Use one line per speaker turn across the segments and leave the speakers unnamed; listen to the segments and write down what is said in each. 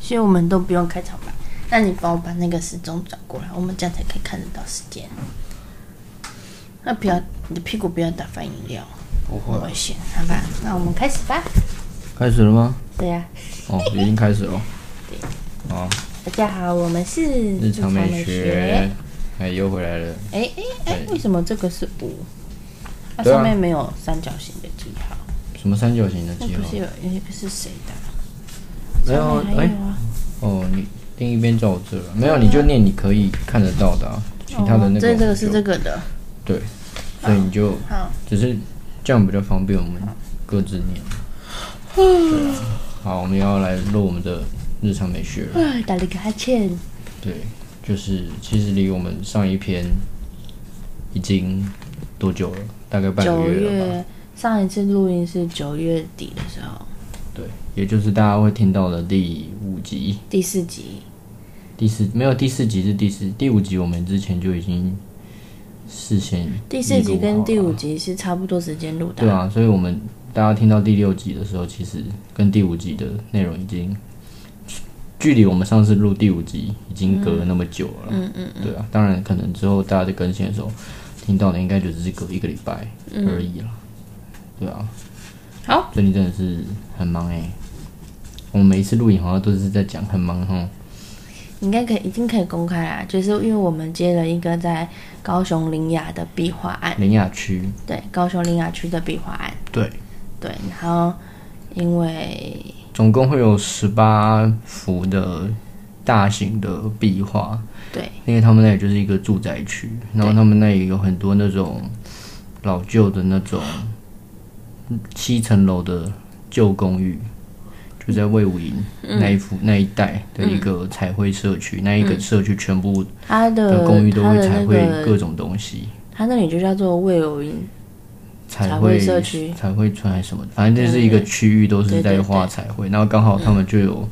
所以我们都不用开场白。那你帮我把那个时钟转过来，我们这样才可以看得到时间。那不要，你的屁股不要打翻饮料，
不会
很危险，好吧？那我们开始吧。
开始了吗？
对啊呀、
哦，已经开始了。哦，
大家好，我们是
日常美
美
学。，哎，又回来了。
哎哎哎，为什么这个是五？它
对啊
上面没有三角形的记号，
什么三角形的
那
记
不
号
是？有那个是谁的
啊
啊？
没有
上面，还
哎
有，啊。
哦，你另一边在我这了。没有，你就念你可以看得到的啊，其他的那个
哦这这
我
个
们
是
就
这个的。
对，所以你就
好，
只是这样比较方便，我们各自 念。对啊，好，我们要来录我们的日常美学了。
哎打了个哈欠。
对，就是其实离我们上一篇已经多久了？大概半
九
个月了吧。
月上一次录音是九月底的时候，
对，也就是大家会听到的第五集、
第四集
第四没有第四集是第四第五集，我们之前就已经事先
第四
预录
集
好
跟
了
第五集是差不多时间录的。
对啊，所以我们大家听到第六集的时候，其实跟第五集的内容已经距离我们上次录第五集已经隔了那么久了。嗯嗯对啊，当然可能之后大家在更新的时候听到的，应该就只是隔一个礼拜而已啦。对啊，
好，
最近真的是很忙哎、我们每一次录影好像都是在讲很忙哈，
你应该可以已经可以公开啦，就是因为我们接了一个在高雄林雅的壁画案，
林雅区。
对，高雄林雅区的壁画案，
对，
对，然后因为
总共会有十八幅的大型的壁画，
对
因为他们那里就是一个住宅区，然后他们那里有很多那种老旧的那种七层楼的旧公寓，就在魏武营
嗯
那一幅、那一带的一个彩绘社区，那一个社区全部
他
的
的
公寓都
嗯
会
呃他的
彩
那
绘
个
各种东西，
他那里就叫做魏有营，
彩
彩
绘
绘社区
彩绘村还是什么的，反正就是一个区域都是
对对
在
对嗯
画彩绘，然后刚好他们就有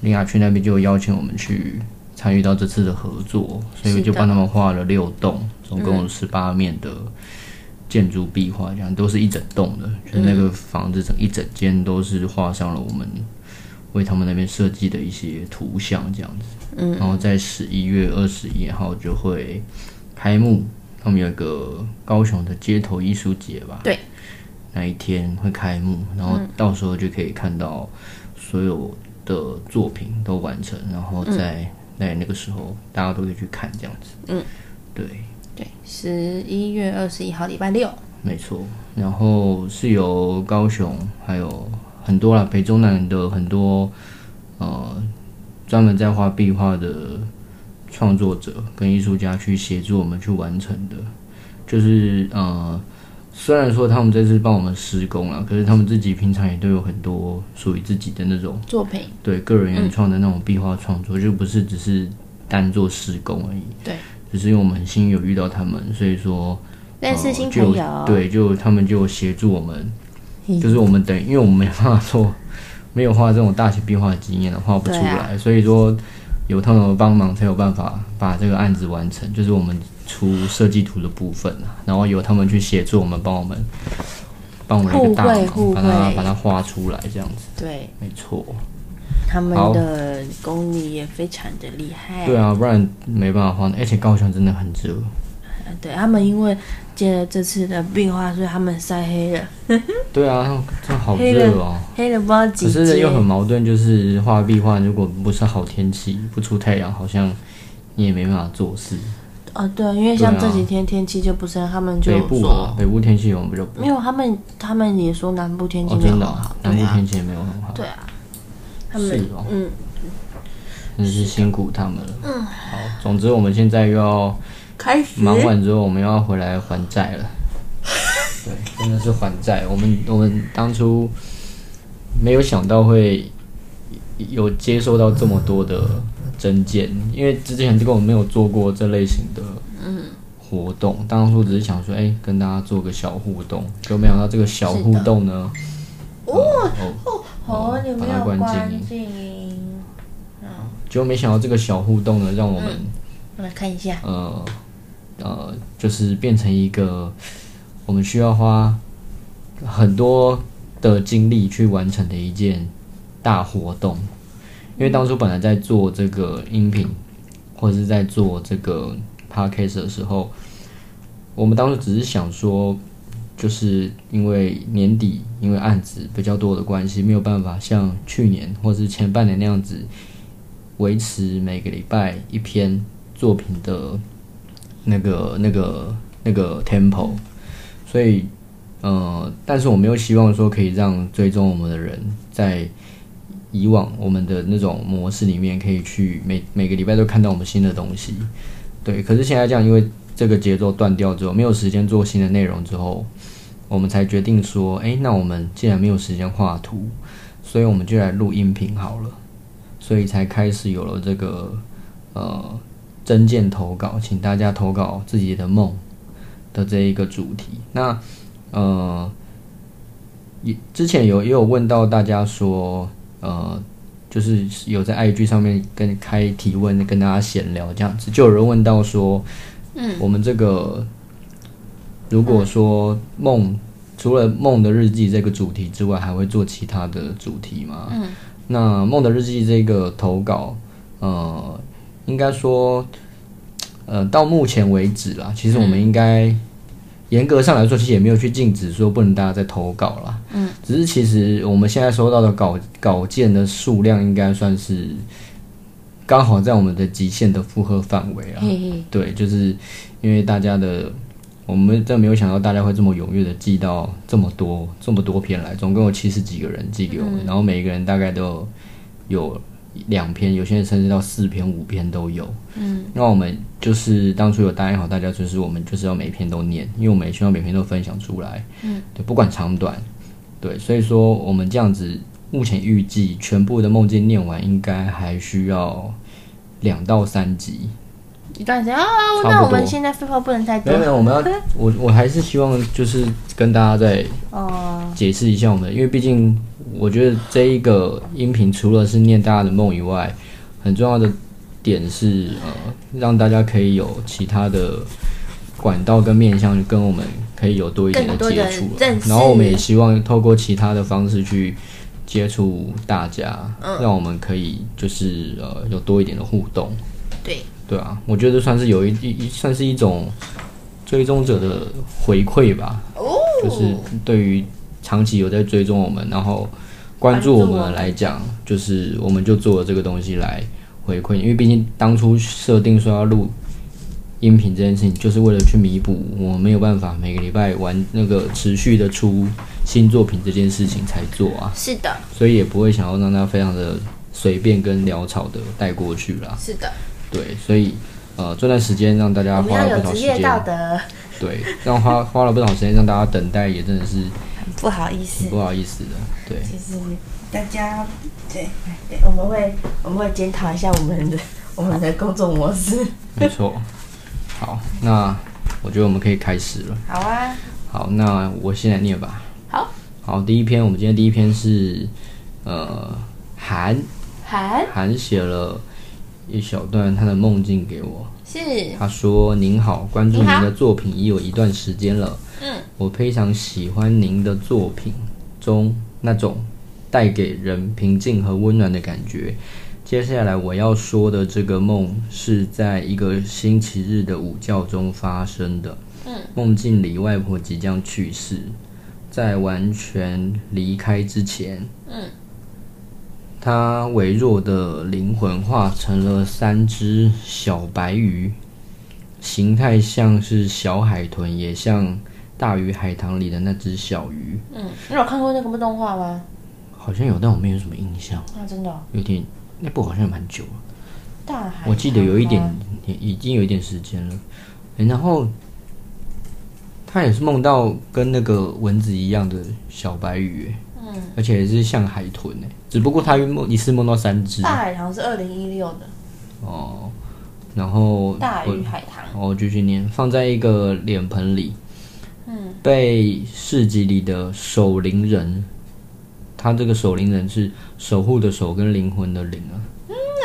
林雅区那边就有邀请我们去参与到这次的合作，所以
是
我
的嗯
就帮他们画了六栋，总共有十八面的建筑壁画，这样都是一整栋的，就是
嗯
那个房子整一整间都是画上了我们为他们那边设计的一些图像这样子。嗯，然后在十一月二十一号就会开幕，他们有一个高雄的街头艺术节吧？
对，嗯
那一天会开幕，然后到时候就可以看到所有的作品都完成，然后
嗯
在在那个时候大家都可以去看这样子。嗯，对，
对，十一月二十一号礼拜六，
没错。然后是由高雄还有很多啦，北中南的很多呃专门在画壁画的创作者跟艺术家去协助我们去完成的，就是呃。虽然说他们这次帮我们施工了，可是他们自己平常也都有很多属于自己的那种
作品
对个人原创的那种壁画创作，就不是只是单做施工而已。
嗯对，
只是因为我们很幸运有遇到他们，所以说
认识
呃
新
就
朋
有
友，嗯
对，就他们就协助我们，
嘿
就是我们等，因为我们没办法做，没有画这种大型壁画的经验的，画不出
对
来，
啊
所以说有他们的帮忙才有办法把这个案子完成，就是我们出设计图的部分啊，然后由他们去协助我们，帮我们帮我们一个大
互
忙，
惠互
把它
惠
把它画出来，这样子，
对，
没错。
他们
好
的功力也非常的厉害。
对啊，不然没办法换。而且高雄真的很热，
呃对他们因为接了这次的壁画，所以他们晒黑了，
对啊，真的好
黑
热哦。
黑了不知道
可
几
是
阶。
又很矛盾，就是画壁画，如果不是好天气，不出太阳，好像你也没办法做事。
哦，对，因为像这几天天气就不是很，他们就
啊北部啊
说，
北部天气我们比较不
没有，他们他们也说南部天气
哦，
没有
真的
很
啊
好，，
南
对
部
啊，
天气也没有很好，
对啊，他
是
们
哦，
嗯
真的是辛苦他们了。嗯，好，总之我们现在又要
开始
忙完之后，我们又要回来还债了。对，真的是还债。我们我们当初没有想到会有接收到这么多的证件，因为之前这个我没有做过这类型的活动。当初只是想说，哎、跟大家做个小互动，就没想到这个小互动呢，
哦
哦，
哦哦，你没
把它
有
关
关静。
就没想到这个小互动呢，让我们、
我来看一下，
呃呃，就是变成一个我们需要花很多的精力去完成的一件大活动，因为当初本来在做这个音频，或者是在做这个 podcast 的时候，我们当时只是想说，就是因为年底因为案子比较多的关系，没有办法像去年或是前半年那样子维持每个礼拜一篇作品的那个、那个、那个 tempo，所以呃，但是我们又希望说可以让追踪我们的人在以往我们的那种模式里面，可以去每每个礼拜都看到我们新的东西。对，可是现在这样，因为这个节奏断掉之后，没有时间做新的内容之后，我们才决定说，哎，那我们既然没有时间画图，所以我们就来录音频好了，所以才开始有了这个呃真件投稿，请大家投稿自己的梦的这一个主题。那呃，也之前有也有问到大家说，呃，就是有在 IG 上面跟开提问，跟大家闲聊这样子，就有人问到说，嗯，我们这个如果说梦除了梦的日记这个主题之外，还会做其他的主题吗？嗯，那梦的日记这个投稿，呃，应该说，呃，到目前为止啦，其实我们应该。严格上来说，其实也没有去禁止说不能大家再投稿啦。嗯，只是其实我们现在收到的稿稿件的数量，应该算是刚好在我们的极限的负荷范围啊。
嘿嘿，
对，就是因为大家的，我们真没有想到大家会这么踊跃的寄到这么多这么多篇来，总共有七十几个人寄给我们，然后每一个人大概都有有两篇，有些人甚至到四篇、五篇都有。嗯，那我们就是当初有答应好大家，就是我们就是要每篇都念，因为我们也希望每篇都分享出来。嗯，对，不管长短，对，所以说我们这样子。目前预计全部的梦境念完，应该还需要两到三集。
一段时
哦
间啊，那
差不
我们
多
现在废话不能太
没
多
有没有，我们要 我我还是希望就是跟大家再
哦。
解释一下我们，因为毕竟我觉得这一个音频除了是念大家的梦以外，很重要的点是呃，让大家可以有其他的管道跟面向跟我们可以有多一点
更多的
接触啊
认识
然后我们也希望透过其他的方式去接触大家，
嗯
让我们可以就是呃有多一点的互动。
对
对啊，我觉得算是有一一一算是一种追踪者的回馈吧，
哦，
就是对于长期有在追踪我们，然后关注我们来讲，就是我们就做了这个东西来回馈，因为毕竟当初设定说要录音频这件事情，就是为了去弥补我们没有办法每个礼拜玩那个持续的出新作品这件事情才做啊，
是的，
所以也不会想要让它非常的随便跟潦草的带过去啦。
是的，
对，所以呃这段时间让大
我
家
们
花
要
了
有
不少
职
时
业道
间，
德，
对，让花花了不少时间让大家等待，也真的是
很不好意思
挺，不好意思的。对，
就是大家对对，我们会我们会检讨一下我们的我们的工作模式。
没错。好，那我觉得我们可以开始了。
好啊，
好，那我先来念吧。
好，
好，第一篇，我们今天第一篇是呃韩
韩
韩写了一小段他的梦境给我。
是
他说：“您好，关注您的作品已有一段时间了。
嗯，
我非常喜欢您的作品中那种带给人平静和温暖的感觉。接下来我要说的这个梦是在一个星期日的午觉中发生的。嗯，梦境里外婆即将去世，在完全离开之前，
嗯
它微弱的灵魂化成了三只小白鱼，形态像是小海豚，也像大鱼海棠里的那只小鱼。
嗯，你有看过那个动画吗？
好像有，但我没有什么印象，
啊，真的哦、
有点那部好像蛮久了，
大海，
我记得有一点，也已经有一点时间了。诶然后他也是梦到跟那个蚊子一样的小白鱼，嗯，而且也是像海豚诶，只不过他梦一次梦到三只
大海棠是二零一六的
哦，然后
大
我
鱼海棠，
然后继续念，放在一个脸盆里，嗯，被市集里的守灵人，他这个守灵人是守护的守跟灵魂的灵啊，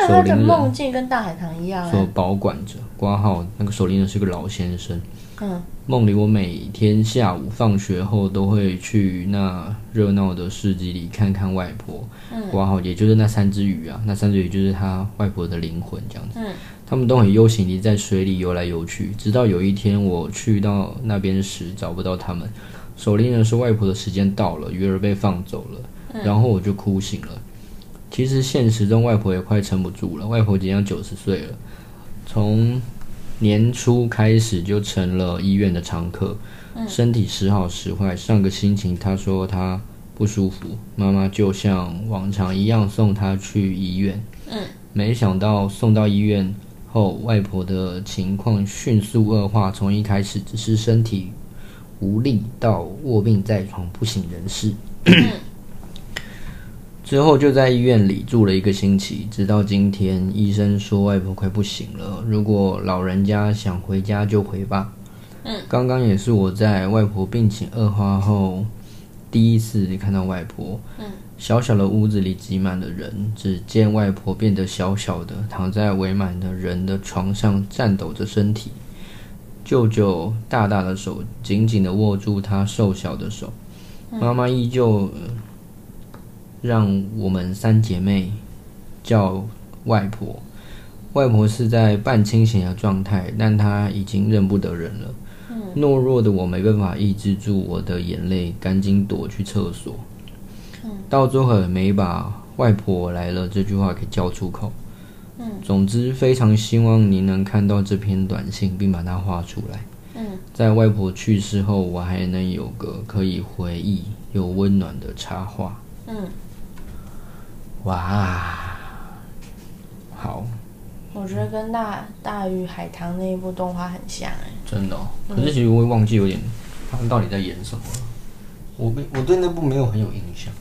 他
守
的
林
梦
人
境跟大海棠一样
所
啊。
保管着。挂号那个守林人是个老先生，
嗯，
梦里我每天下午放学后都会去那热闹的市集里看看外婆。
嗯
挂号也就是那三只鱼啊，那三只鱼就是他外婆的灵魂这样子。
嗯
他们都很悠闲地在水里游来游去，直到有一天我去到那边时找不到他们。守灵人说外婆的时间到了，鱼儿被放走
嗯
了，然后我就哭醒了。其实现实中外婆也快撑不住了，外婆已经要九十岁了，从年初开始就成了医院的常客，身体时好时坏。上个星期她说她不舒服，妈妈就像往常一样送她去医院。
嗯，
没想到送到医院后，外婆的情况迅速恶化，从一开始只是身体无力到卧病在床、不省人事。之后就在医院里住了一个星期，直到今天，医生说外婆快不行了，如果老人家想回家就回吧。
嗯，
刚刚也是我在外婆病情恶化后第一次看到外婆。嗯，小小的屋子里挤满了人，只见外婆变得小小的，躺在围满的人的床上，颤抖着身体。舅舅大大的手紧紧地握住她瘦小的手，妈妈依旧让我们三姐妹叫外婆。外婆是在半清醒的状态，但她已经认不得人了。懦弱的我没办法抑制住我的眼泪，赶紧躲去厕所。到最后也没把“外婆来了”这句话给叫出口。总之非常希望您能看到这篇短信，并把它画出来。在外婆去世后，我还能有个可以回忆又温暖的插画。
嗯，
哇，好，
我觉得跟大大鱼海棠那一部动画很像哎、
真的、哦。可是其实我也忘记有点他们到底在演什么了。我没，我对那部没有很有印象。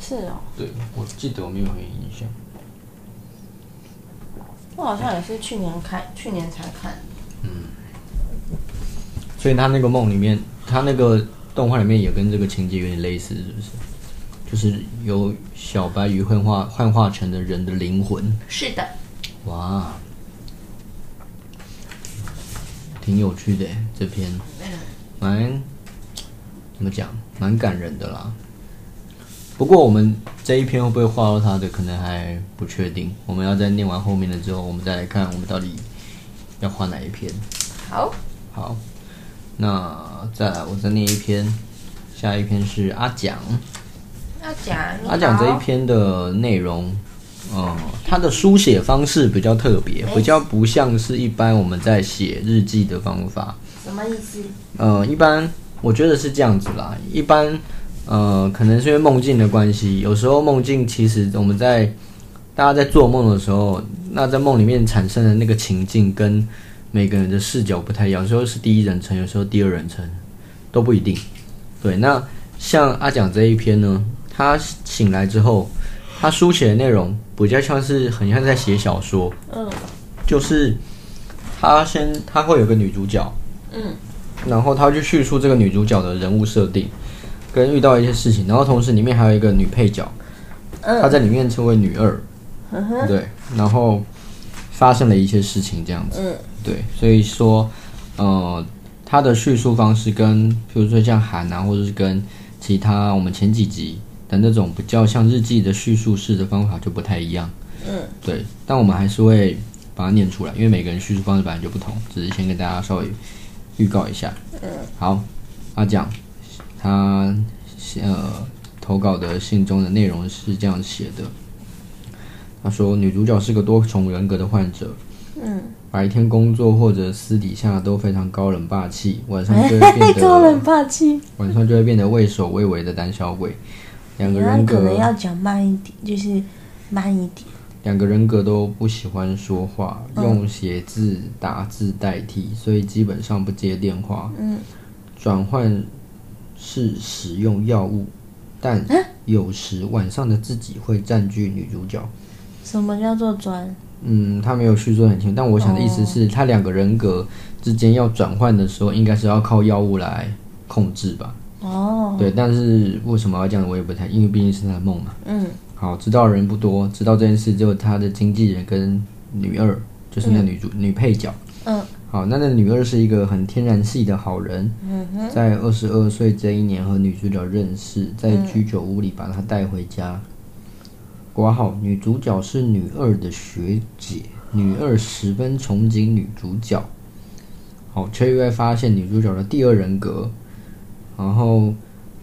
是哦，
对，我记得我没有很有印象。
我好像也是去年看，去年才看。
所以他那个梦里面，他那个动画里面也跟这个情节有点类似，是不是？就是由小白鱼幻化幻化成的人的灵魂。
是的，
哇，挺有趣的耶这篇，
嗯
蛮怎么讲，蛮感人的啦。不过我们这一篇会不会画到他的，可能还不确定。我们要在念完后面的之后，我们再来看我们到底要画哪一篇。
好，
好，那再来，我再念一篇，下一篇是阿蒋。
那讲
阿蒋这一篇的内容，嗯，他的书写方式比较特别，比较不像是一般我们在写日记的方法。
什么意思？
呃，一般我觉得是这样子啦。一般，呃，可能是因为梦境的关系，有时候梦境其实我们在大家在做梦的时候，那在梦里面产生的那个情境跟每个人的视角不太一样，有时候是第一人称，有时候第二人称，都不一定。对，那像阿蒋这一篇呢，他醒来之后，他书写的内容比较像是很像在写小说，
嗯
就是他先他会有个女主角。
嗯
然后他就叙述这个女主角的人物设定，跟遇到一些事情，然后同时里面还有一个女配角，
嗯
她在里面称为女二，
嗯哼
对，然后发生了一些事情这样子，
嗯
对，所以说，呃，他的叙述方式跟，比如说像韩啊，或者是跟其他我们前几集的那种比较像日记的叙述式的方法就不太一样，
嗯
对，但我们还是会把它念出来，因为每个人叙述方式本来就不同，只是先跟大家稍微预告一下。
嗯
好，阿蒋他呃投稿的信中的内容是这样写的，他说女主角是个多重人格的患者，
嗯，
白天工作或者私底下都非常高冷霸气，晚上
哎
就会 变
高
得
冷霸 气。
晚上就会变得畏首畏尾的胆小鬼，两个
然后
人
可能
格
要讲慢一点，就是慢一点。
两个人格都不喜欢说话，用写字、打字代替，所以基本上不接电话。
嗯，
转换是使用药物，但有时晚上的自己会占据女主角。
什么叫做转？
嗯，他没有叙述得很清楚，但我想的意思
哦
是，他两个人格之间要转换的时候，应该是要靠药物来控制吧？
哦，
对，但是为什么要这样，我也不太，因为毕竟是他的梦嘛。
嗯
好，知道的人不多，知道这件事只有他的经纪人跟女二，就是那女主、女配角。
嗯，
好，那那女二是一个很天然系的好人，
嗯
在二十二岁这一年和女主角认识，在居酒屋里把她带回家。挂号，女主角是女二的学姐，女二十分憧憬女主角，好，却意外发现女主角的第二人格。然后，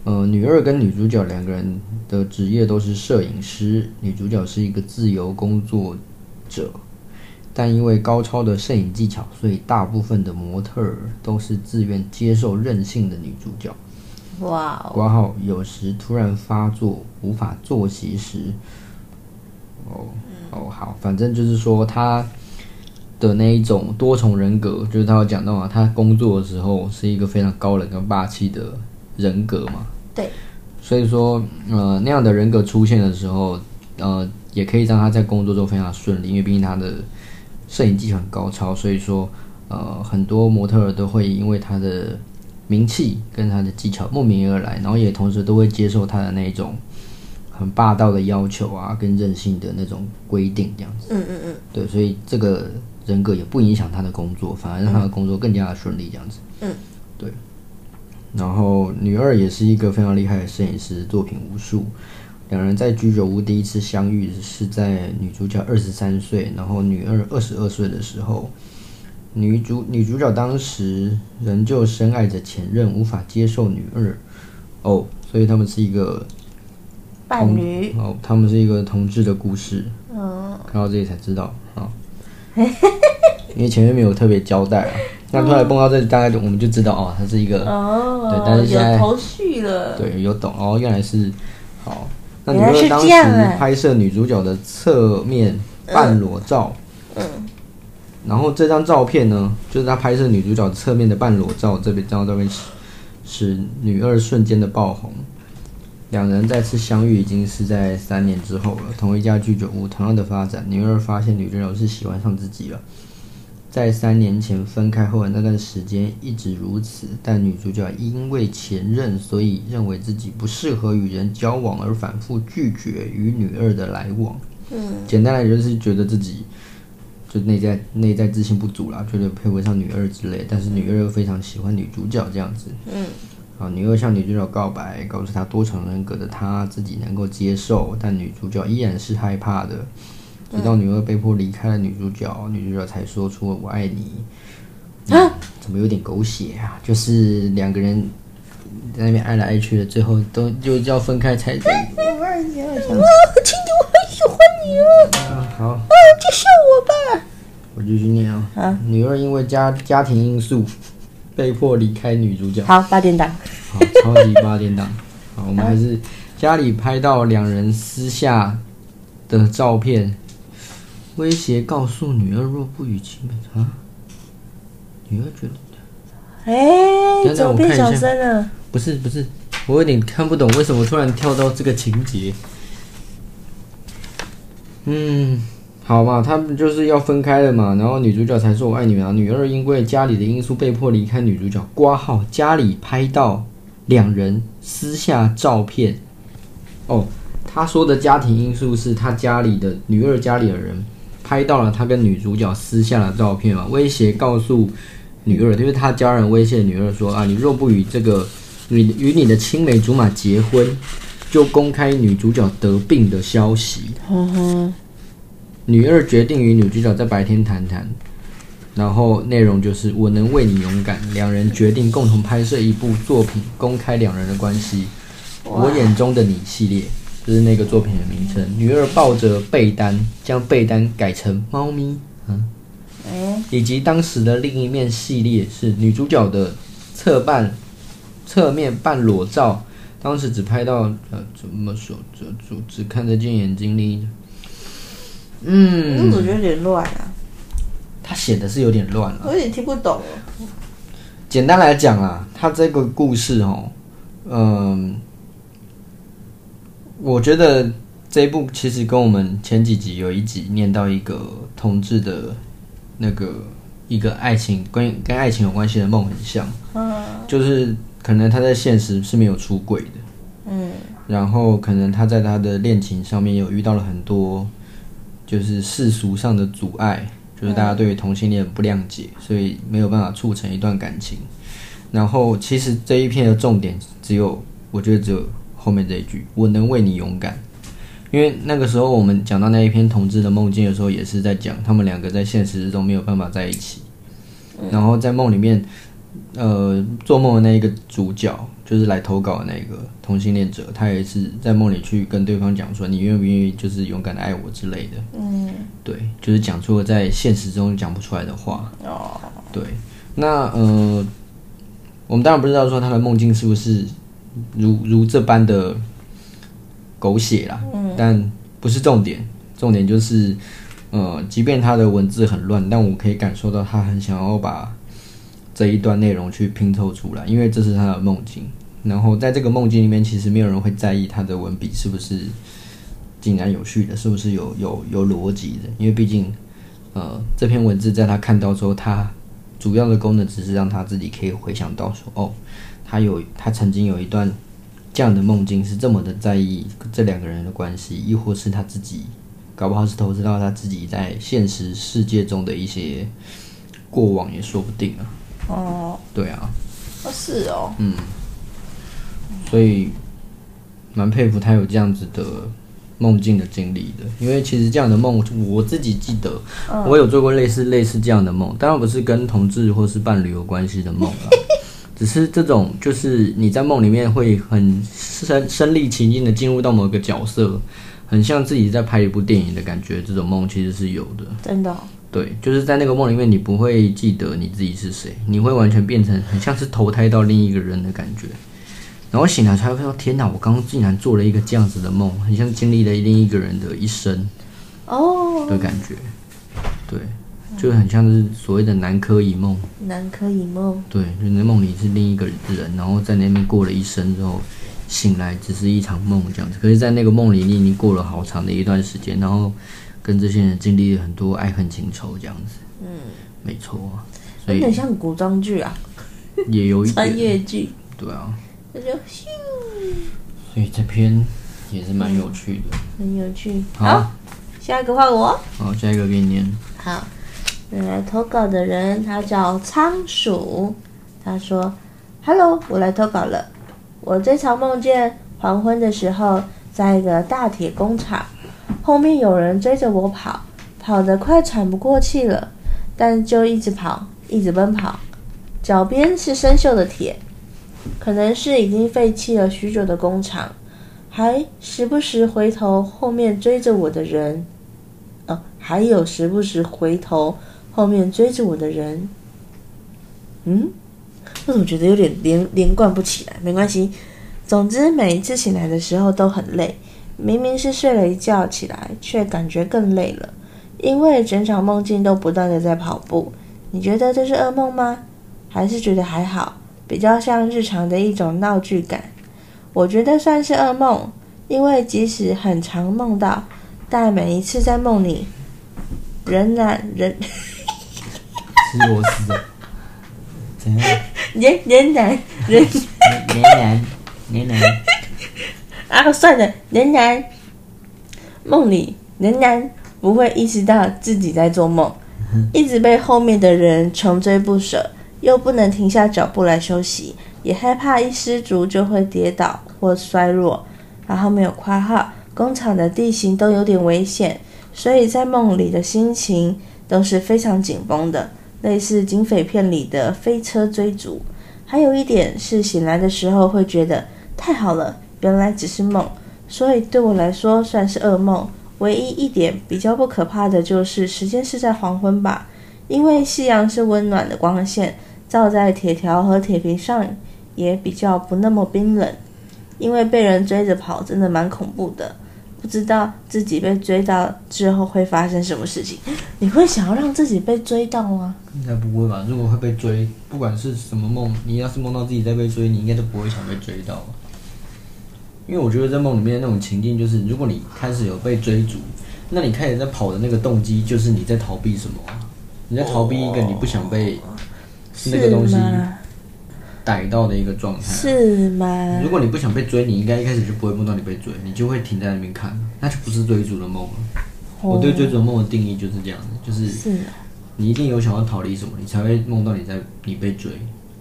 呃，女二跟女主角两个人的职业都是摄影师，女主角是一个自由工作者，但因为高超的摄影技巧，所以大部分的模特儿都是自愿接受任性的女主角。
哇哦，
挂号有时突然发作，无法作息时，哦哦好，反正就是说他的那一种多重人格，就是他有讲到啊，他工作的时候是一个非常高冷跟霸气的人格嘛，
对，
所以说呃那样的人格出现的时候，呃也可以让他在工作中非常顺利，因为毕竟他的摄影技巧很高超，所以说呃很多模特儿都会因为他的名气跟他的技巧慕名而来，然后也同时都会接受他的那一种呃很霸道的要求啊，跟任性的那种规定这样子。
嗯嗯嗯，
对，所以这个人格也不影响他的工作，反而让他的工作更加的顺利这样子。
嗯，
对。然后女二也是一个非常厉害的摄影师，作品无数。两人在居酒屋第一次相遇是在女主角二十三岁，然后女二二十二岁的时候。女主女主角当时仍旧深爱着前任，无法接受女二哦，所以他们是一个
伴侣，
哦，他们是一个同志的故事。
嗯，
看到这里才知道 啊，因为前面没有特别交代啊。那突然蹦到这里，大概就我们就知道哦，它是一个对但
哦
是，现在
有头绪了，
对有懂哦，原来是好。那你
原来
说
是
当
这样
时
啊
拍摄女主角的侧面半裸照，
嗯，
然后这张照片呢，就是他拍摄女主角侧面的半裸照，这边这张照片使使女二瞬间的爆红。两人再次相遇已经是在三年之后了，同一家居酒屋，同样的发展，女二发现女主角是喜欢上自己了。在三年前分开后的那段时间一直如此，但女主角因为前任，所以认为自己不适合与人交往，而反复拒绝与女二的来往。嗯，简单来说就是觉得自己就内在内在自信不足啦，觉得配不上女二之类，但是女二又非常喜欢女主角这样子。
嗯，
啊，女二向女主角告白，告诉她多重人格的她自己能够接受，但女主角依然是害怕的。直到女二被迫离开了女主角，女主角才说出“我爱你”嗯。怎么有点狗血啊？就是两个人在那边爱来爱去的，最后都就要分开才。
我爱你，我亲亲，我很喜欢你哦，
啊，好。
啊，接受我吧，
我继续念啊。
啊
女二因为家家庭因素被迫离开女主角，
好，八点档，
好，超级八点档。好，我们还是家里拍到两人私下的照片，威胁告诉女二若不与其美啊。女二觉得
哎，
等等
怎么
我
变
看一下
小声了？
不是不是，我有点看不懂为什么突然跳到这个情节。嗯，好嘛，他们就是要分开了嘛，然后女主角才说我爱你们啊。女二因为家里的因素被迫离开女主角，挂号家里拍到两人私下照片。哦，他说的家庭因素是他家里的女二家里的人拍到了他跟女主角私下的照片嘛，威胁告诉女二，因为他家人威胁女二说啊，你若不与这个你与你的青梅竹马结婚，就公开女主角得病的消息。
哼哼，
女二决定与女主角在白天谈谈，然后内容就是我能为你勇敢。两人决定共同拍摄一部作品，公开两人的关系。我眼中的你系列，这、是那个作品的名称。女二抱着被单，将被单改成猫咪，嗯，
哎，
以及当时的另一面系列是女主角的侧半侧面半裸照，当时只拍到呃怎么说，只只只看得见眼睛另一，嗯，
嗯，我觉得有点乱啊，
他写的是有点乱啊了。
我有点听不懂，哦
简单来讲啊，他这个故事哦，嗯，我觉得这一部其实跟我们前几集有一集念到一个同志的那个一个爱情关于跟爱情有关系的梦很像，
嗯
就是可能他在现实是没有出轨的，
嗯，
然后可能他在他的恋情上面有遇到了很多就是世俗上的阻碍，就是大家对于同性恋不谅解，所以没有办法促成一段感情。然后其实这一篇的重点只有，我觉得只有后面这一句“我能为你勇敢”，因为那个时候我们讲到那一篇《同志的梦境》的时候，也是在讲他们两个在现实中没有办法在一起，然后在梦里面，呃，做梦的那一个主角就是来投稿的那个同性恋者，他也是在梦里去跟对方讲说：“你愿不愿意就是勇敢的爱我之类的。”
嗯，
对，就是讲出了在现实中讲不出来的话。
哦，
对，那呃，我们当然不知道说他的梦境是不是如如这般的狗血啦，
嗯
但不是重点，重点就是呃，即便他的文字很乱，但我可以感受到他很想要把这一段内容去拼凑出来，因为这是他的梦境。然后在这个梦境里面，其实没有人会在意他的文笔是不是井然有序的，是不是有有有逻辑的，因为毕竟呃，这篇文字在他看到之后，他主要的功能只是让他自己可以回想到说，哦，他有他曾经有一段这样的梦境，是这么的在意这两个人的关系，亦或是他自己，搞不好是投资到他自己在现实世界中的一些过往也说不定啊。
哦，
对啊，
哦是哦，
所以蛮佩服他有这样子的梦境的经历的，因为其实这样的梦我自己记得，
嗯
我有做过类似类似这样的梦，当然不是跟同志或是伴侣有关系的梦 啦，只是这种就是你在梦里面会很身身临其境的进入到某个角色，很像自己在拍一部电影的感觉，这种梦其实是有的。
真的哦、
对，就是在那个梦里面，你不会记得你自己是谁，你会完全变成很像是投胎到另一个人的感觉。然后醒来才会说：“天哪，我刚刚竟然做了一个这样子的梦，很像经历了另一个人的一生
哦，
的感觉。”对，就很像是所谓的南柯一梦。
南柯一梦，
对，就你的梦里是另一个人，然后在那边过了一生之后，醒来只是一场梦这样子。可是，在那个梦里，你已经过了好长的一段时间，然后跟这些人经历了很多爱恨情仇这样子。嗯，没错啊，所以
有点像古装剧啊，
也有一
穿
点
越剧，
对啊，
那就咻，
所以这篇也是蛮有趣的。
很有趣。
好，
下一个换我。
好，下一个给你念。
好，那来投稿的人他叫仓鼠，他说：“Hello，我来投稿了。我最常梦见黄昏的时候，在一个大铁工厂，后面有人追着我跑，跑得快喘不过气了，但就一直跑，一直奔跑，脚边是生锈的铁，可能是已经废弃了许久的工厂。”还时不时回头后面追着我的人，哦，还有时不时回头后面追着我的人。嗯，我怎么觉得有点连连贯不起来？没关系，总之每一次醒来的时候都很累，明明是睡了一觉起来，却感觉更累了，因为整场梦境都不断的在跑步。你觉得这是噩梦吗？还是觉得还好，比较像日常的一种闹剧感？我觉得算是噩梦，因为即使很常梦到，但每一次在梦里，仍然仍
吃螺丝啊？ 怎样？
仍仍然仍
年男，年男，
啊，算了，仍然梦里仍然不会意识到自己在做梦，一直被后面的人穷追不舍，又不能停下脚步来休息，也害怕一失足就会跌倒或衰弱。然后没有括号，工厂的地形都有点危险，所以在梦里的心情都是非常紧绷的，类似警匪片里的飞车追逐。还有一点是醒来的时候会觉得太好了，原来只是梦，所以对我来说算是噩梦。唯一一点比较不可怕的就是时间是在黄昏吧，因为夕阳是温暖的光线，照在铁条和铁皮上也比较不那么冰冷。因为被人追着跑，真的蛮恐怖的，不知道自己被追到之后会发生什么事情。你会想要让自己被追到吗？
应该不会吧？如果会被追，不管是什么梦，你要是梦到自己在被追，你应该都不会想被追到吧？因为我觉得在梦里面那种情境，就是如果你开始有被追逐，那你开始在跑的那个动机，就是你在逃避什么啊？你在逃避一个你不想被那个东西
哦是吗
逮到的一个状态啊、
是吗？
如果你不想被追，你应该一开始就不会梦到你被追，你就会停在那边看，那就不是追逐的梦了。我对追逐的梦的定义就是这样子，就是
哦是
你一定有想要逃离什么，你才会梦到你在你被追。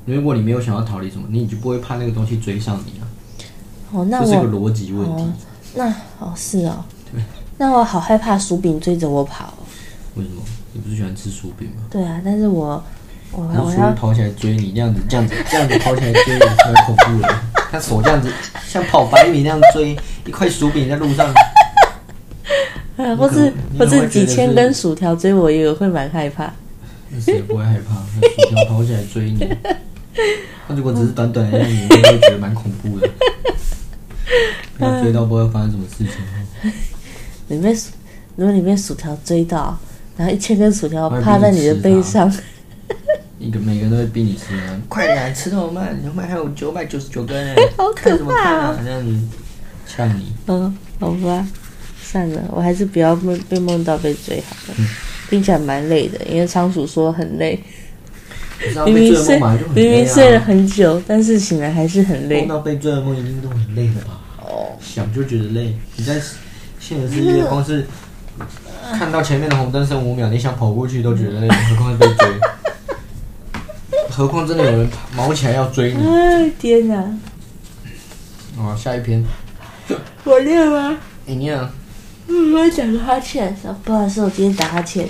如果你没有想要逃离什么，你就不会怕那个东西追上你啊，
哦，那
这是一个
我
逻辑问题。
哦那哦是哦，那我好害怕薯饼追着我跑哦。
为什么？你不是喜欢吃薯饼吗？
对啊，但是我我
然后
我
薯
要
饼跑起来追你，这样子，这样子，这样子跑起来追你才会恐怖的。他手这样子，像跑百米那样追一块薯饼在路上，
呃，
你
或
可
是
你
或
可能
是
会
几
觉得
千
是
根薯条追我，也会蛮害怕。
那谁不会害怕？那薯条跑起来追你， 那如果只是短短的，你会不会觉得蛮恐怖 的？那追到不知道发生什么事情哦，
你被薯如果你被薯条追到，然后一千根薯条
会
趴在
逼你
你的
吃
背
它
上，
一个每个人都会逼你吃啊！快点啊吃那么慢，你后面还有九百九十九根欸，
好可
看什么
怕
看
啊
啊？这样子呛你，
嗯，好吧，算了，我还是不要梦被梦到被追好
嗯
了。听起来蛮累的，因为仓鼠说很累，
你知道啊
明
被追
明
的
睡
梦本来就很
明
累
明睡了
啊。
很久，但是醒来还是很累
梦。到被追的梦一定都很累的吧？
哦，
想就觉得累。你在现实世界光是看到前面的红灯剩五秒，你想跑过去都觉得累，何况是被追？ 何况真的有人毛起来要追你？
哎天哪，
哦，下一篇，
我累吗？
哎、你啊，
嗯，我打个哈欠，不好意思，我今天打哈欠。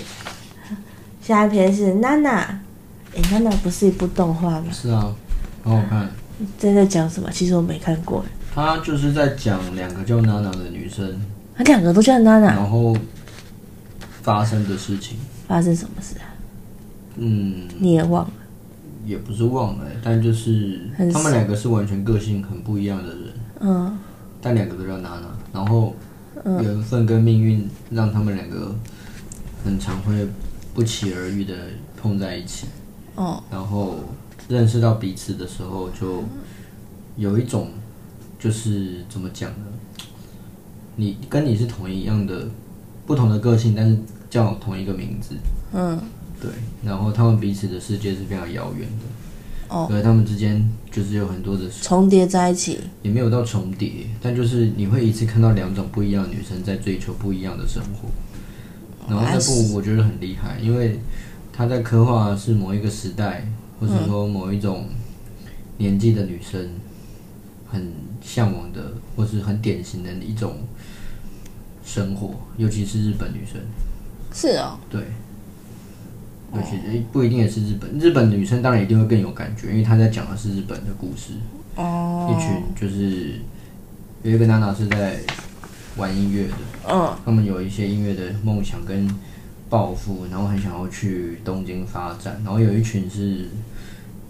下一篇是娜娜，哎，娜娜不是一部动画吗？
是啊，很好看。
这在讲什么？其实我没看过，
他就是在讲两个叫娜娜的女生，
啊，两个都叫娜娜，
然后发生的事情。
发生什么事啊？
嗯，
你也忘了？
也不是忘了、但就是
很
他们两个是完全个性很不一样的人。
嗯
但两个都叫娜娜，啊然后缘分跟命运让他们两个很常会不期而遇的碰在一起，
哦
然后认识到彼此的时候，就有一种就是怎么讲呢？你跟你是同一样的不同的个性，但是叫同一个名字，
嗯
对，然后他们彼此的世界是非常遥远的，
哦，
而他们之间就是有很多的
重叠在一起。
也没有到重叠，但就是你会一次看到两种不一样的女生在追求不一样的生活。然后那部我觉得很厉害，因为他在刻画的是某一个时代，或者说某一种年纪的女生很向往的，或是很典型的一种生活，尤其是日本女生。
是哦，
对，尤其是不一定也是日本，日本女生当然一定会更有感觉，因为她在讲的是日本的故事。
哦，
一群就是有一个娜娜是在玩音乐的，
嗯
他们有一些音乐的梦想跟抱负，然后很想要去东京发展，然后有一群是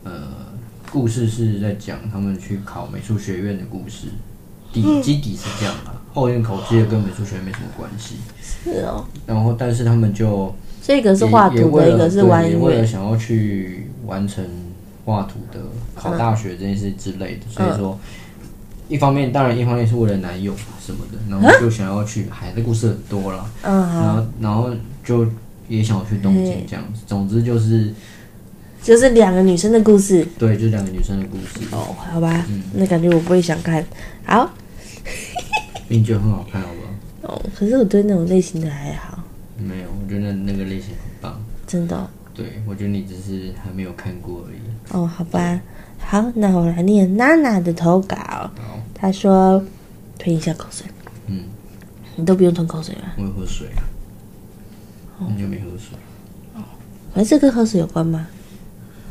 呃故事是在讲他们去考美术学院的故事，
嗯
底基底是这样的，后院考这个跟美术学院没什么关系，
是哦，
然后但是他们就
这个是
也
画
也
图
为
的，
了
一个是
对
玩
也
音
为了
乐。
想要去完成画图的考
嗯
大学这件事之类的，所以说一方面当然一方面是为了男友什么的，然后就想要去，海的故事很多啦，
嗯，
然后然后就也想要去东京
嘿
这样子，总之就是
就是两个女生的故事。
对，就两个女生的故事，
哦，好吧，
嗯
那感觉我不会想看。好，
你觉得很好看好不好？
哦，可是我对那种类型的还好，
没有，我觉得那个类型很棒，
真的哦。
对我觉得你只是还没有看过而已。
哦，好吧，好，那我来念娜娜的投稿。
好，
她说：“吞一下口水，
嗯，
你都不用吞口水吧？
我会喝水啊，很久没喝水，
可是这跟喝水有关吗？”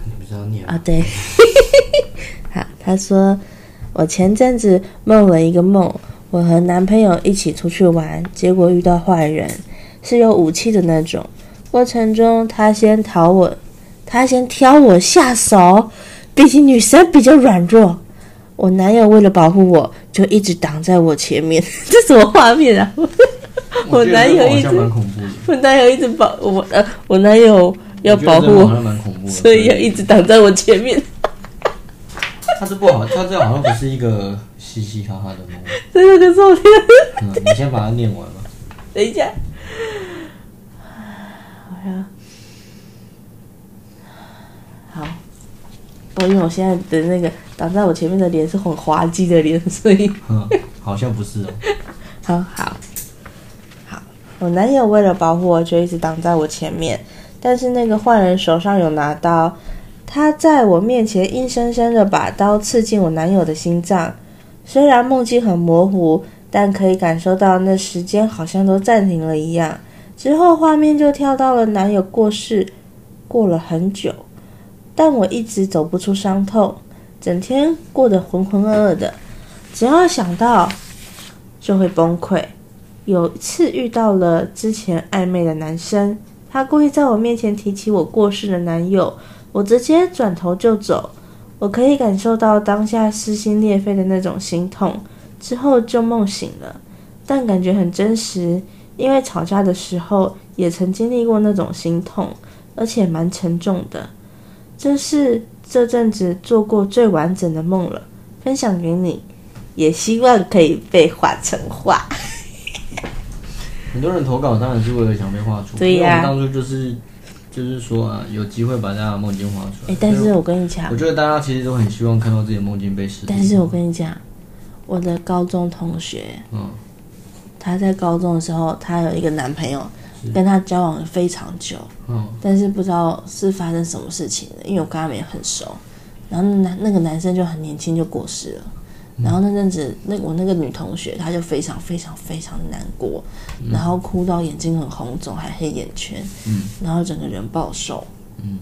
你不知道念吗
啊，对， 好，他说我前阵子梦了一个梦，我和男朋友一起出去玩，结果遇到坏人，是有武器的那种。过程中他先挑我，他先挑我下手，毕竟女生比较软弱。我男友为了保护我，就一直挡在我前面，这什么画面啊？ 我
觉得
男
这
友
个好
一
像
直
蛮恐怖的，
我男友一直保我，呃，我男友要保护
我觉得这个好
我，
像蛮恐怖的，
所以要一直挡在我前面。
他这不好，他这好像不是一个嘻嘻哈哈的梦。
真的，可是我听到
嗯，你先把它念完吧。
等一下，好呀，好，哦，因为我现在的那个挡在我前面的脸是很滑稽的脸，所以
嗯，好像不是哦。
很好。好，我男友为了保护我，就一直挡在我前面，但是那个坏人手上有拿刀，他在我面前硬生生的把刀刺进我男友的心脏。虽然梦境很模糊，但可以感受到那时间好像都暂停了一样。之后画面就跳到了男友过世，过了很久，但我一直走不出伤痛，整天过得浑浑噩噩的。只要想到就会崩溃。有一次遇到了之前暧昧的男生，他故意在我面前提起我过世的男友，我直接转头就走。我可以感受到当下撕心裂肺的那种心痛，之后就梦醒了，但感觉很真实，因为吵架的时候也曾经历过那种心痛，而且蛮沉重的。这是这阵子做过最完整的梦了，分享给你，也希望可以被画成画。
很多人投稿当然是为了想被画出，
对
因为我
呀
们当初就是就是说啊，有机会把大家的梦境画出来。
哎、但
所以
是我跟你
我
讲
我，觉得大家其实都很希望看到自己的梦境被实现。
但是我跟你讲，我的高中同学，
嗯，
她在高中的时候，她有一个男朋友，跟她交往了非常久，
嗯
但是不知道是发生什么事情了，因为我跟他们也很熟。然后那男那个男生就很年轻就过世了，
嗯
然后那阵子那我那个女同学她就非常非常非常难过，然后哭到眼睛很红肿，还黑眼圈，
嗯
然后整个人暴瘦，哎
嗯，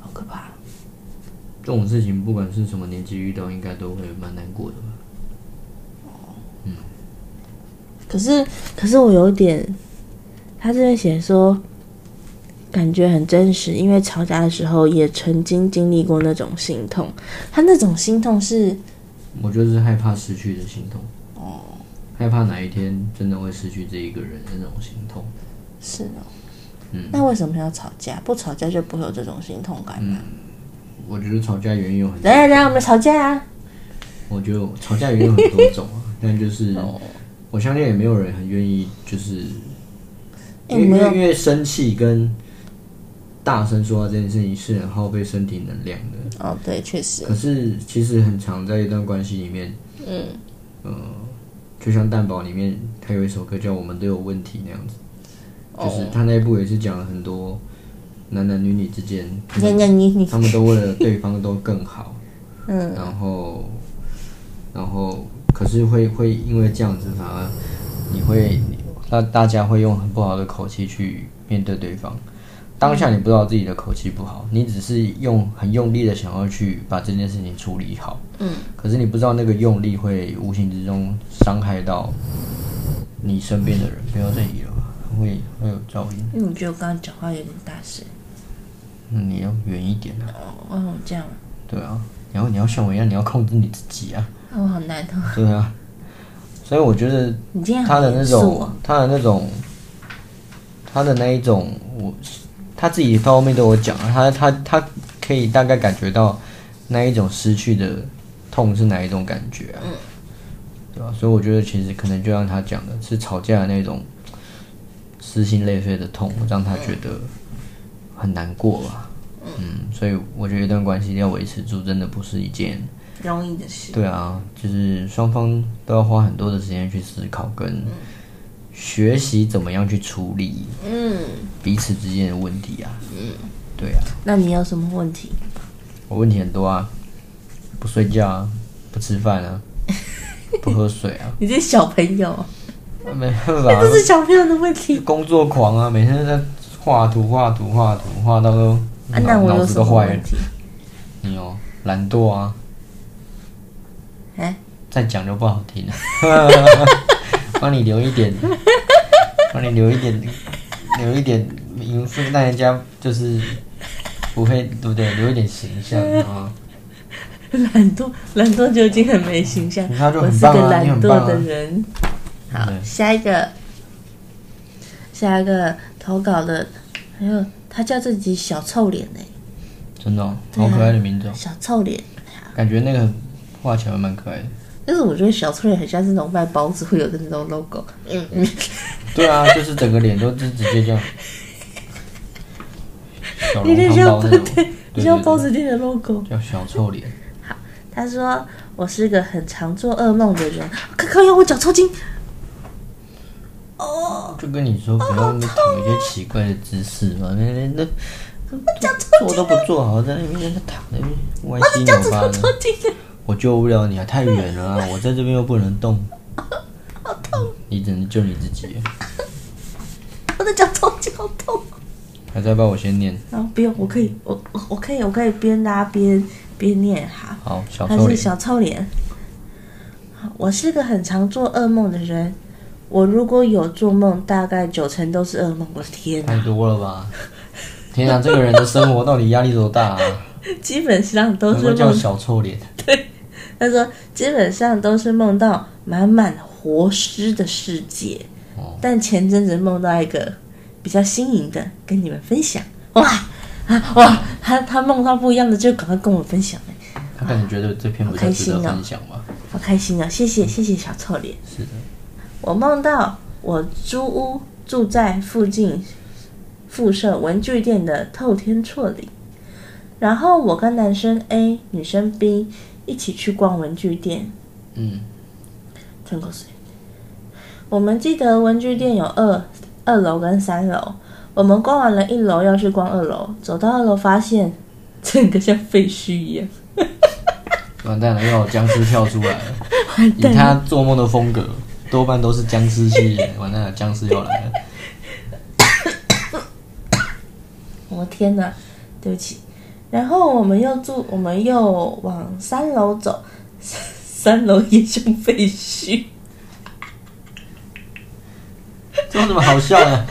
好可怕。
这种事情不管是什么年纪遇到，应该都会蛮难过的吧。
可是，可是我有点，他这边写说，感觉很真实，因为吵架的时候也曾经经历过那种心痛。他那种心痛是，
我就是害怕失去的心痛。哦。害怕哪一天真的会失去这一个人的那种心痛。
是哦，
嗯
那为什么要吵架？不吵架就不会有这种心痛感
嗯
嘛、
我觉得吵架原因有很多
来，来来，我们吵架啊！
我觉得吵架原因有很多种啊，但就是我相信也没有人很愿意，就是因为因为
没有
因为生气跟大声说话这件事情是很耗费身体能量的。
哦，对，确实，
可是其实很常在一段关系里面，
嗯，
呃，就像蛋堡里面他有一首歌叫《我们都有问题》那样子，就是
哦
他那一部也是讲了很多男男女女之间，
那那你你
他们都为了对方都更好，
嗯，
然后，然后可是会会因为这样子，反而你会那大家会用很不好的口气去面对对方。当下你不知道自己的口气不好，你只是用很用力的想要去把这件事情处理好，
嗯，
可是你不知道那个用力会无形之中伤害到你身边的人，不要再移了吧，会会有噪音。
因为我觉得我刚刚讲话有点大声，
那你要远一点啊，
哦，哦，这样啊，
对啊，然后你要像我一样，你要控制你自己啊，
哦，好难哦，
对啊，所以我觉得
你今天好
他的那
严肃
种
哦，，
他的那种，他的那一种，我他自己到后面都有讲，他他他可以大概感觉到那一种失去的痛是哪一种感觉啊，对吧、啊所以我觉得其实可能就像他讲的，是吵架的那种撕心裂肺的痛，让他觉得很难过吧。嗯，所以我觉得一段关系要维持住，真的不是一件
容易的事，
对啊，就是双方都要花很多的时间去思考跟学习怎么样去处理
嗯。
彼此之间的问题啊。嗯，对啊，
那你有什么问题？
我问题很多啊，不睡觉啊，不吃饭 啊，不喝水啊，
你这小朋友，
没办法啊，
哎这是小朋友的问题。
工作狂啊，每天都在画图画图画图画到都
啊，那
脑
我
脑
有
子
什
都
么
坏
问
了。
题？
你哦，懒惰啊，
哎，
再讲就不好听 了，帮你留一点，帮你留一点，留一点名分，让人家就是不会，对不对？留一点形象
嗯
啊，
懒惰，懒惰就已经很没形象。
那就
我
很
是
棒
个
啊，你
懒
很
惰
棒
的
啊。
人。好
对，
下一个，下一个投稿的，还有他叫自己小臭脸呢、
真的哦、好
嗯
可爱的名字、哦，
小臭脸。
感觉那个画起来蛮可爱的。
但是我觉得小臭脸很像是那种卖包子会有的那种 logo。嗯嗯，
对啊，就是整个脸都是直接这样。小
你
笼汤
这像
包那种，
你
对
像
对
包
对，
子店的 logo。
叫小臭脸。
他说我是个很常做噩梦的人，靠靠腰，我脚抽筋。
就跟你说，不要那边躺一些奇怪的姿势嘛，那那那做都不做好，在那边躺在那边歪
哦
七扭八的，
筋了，
我救不了你啊，太远了啊，我在这边又不能动，你只能救你自己。
我的脚抽筋，好痛。
还在帮我先念，
然后不用，我可以，我我我可以，我可以边拉边边念哈。
好，小
他
臭
是
脸，
小臭脸。我是个很常做噩梦的人，我如果有做梦，大概九成都是噩梦。我的天哪
太，多了吧？天啊，这个人的生活到底压力多大啊？
基本上都
能够
是
叫
梦。
小臭脸，
他说，基本上都是梦到满满活尸的世界。
哦
但前阵子梦到一个比较新颖的，跟你们分享。哇啊哇，他他梦到不一样的，就赶快跟我分享哎，
他可能觉得这篇不太值得分享吧？
好开心啊！谢谢谢谢小臭脸。
是的，
我梦到我租屋住在附近附设文具店的透天厝里，然后我跟男生 A、女生 B 一起去逛文具店，
嗯，
吞口水。我们记得文具店有二二楼跟三楼，我们逛完了一楼，要去逛二楼，走到二楼发现整个像废墟一样，
完蛋了，又有僵尸跳出来了。
完
以
蛋了
他做梦的风格，多半都是僵尸系列。完蛋了，僵尸又来了。
我天哪，对不起。然后我们又住，我们又往三楼走， 三楼也像废墟。
这有什么好笑的？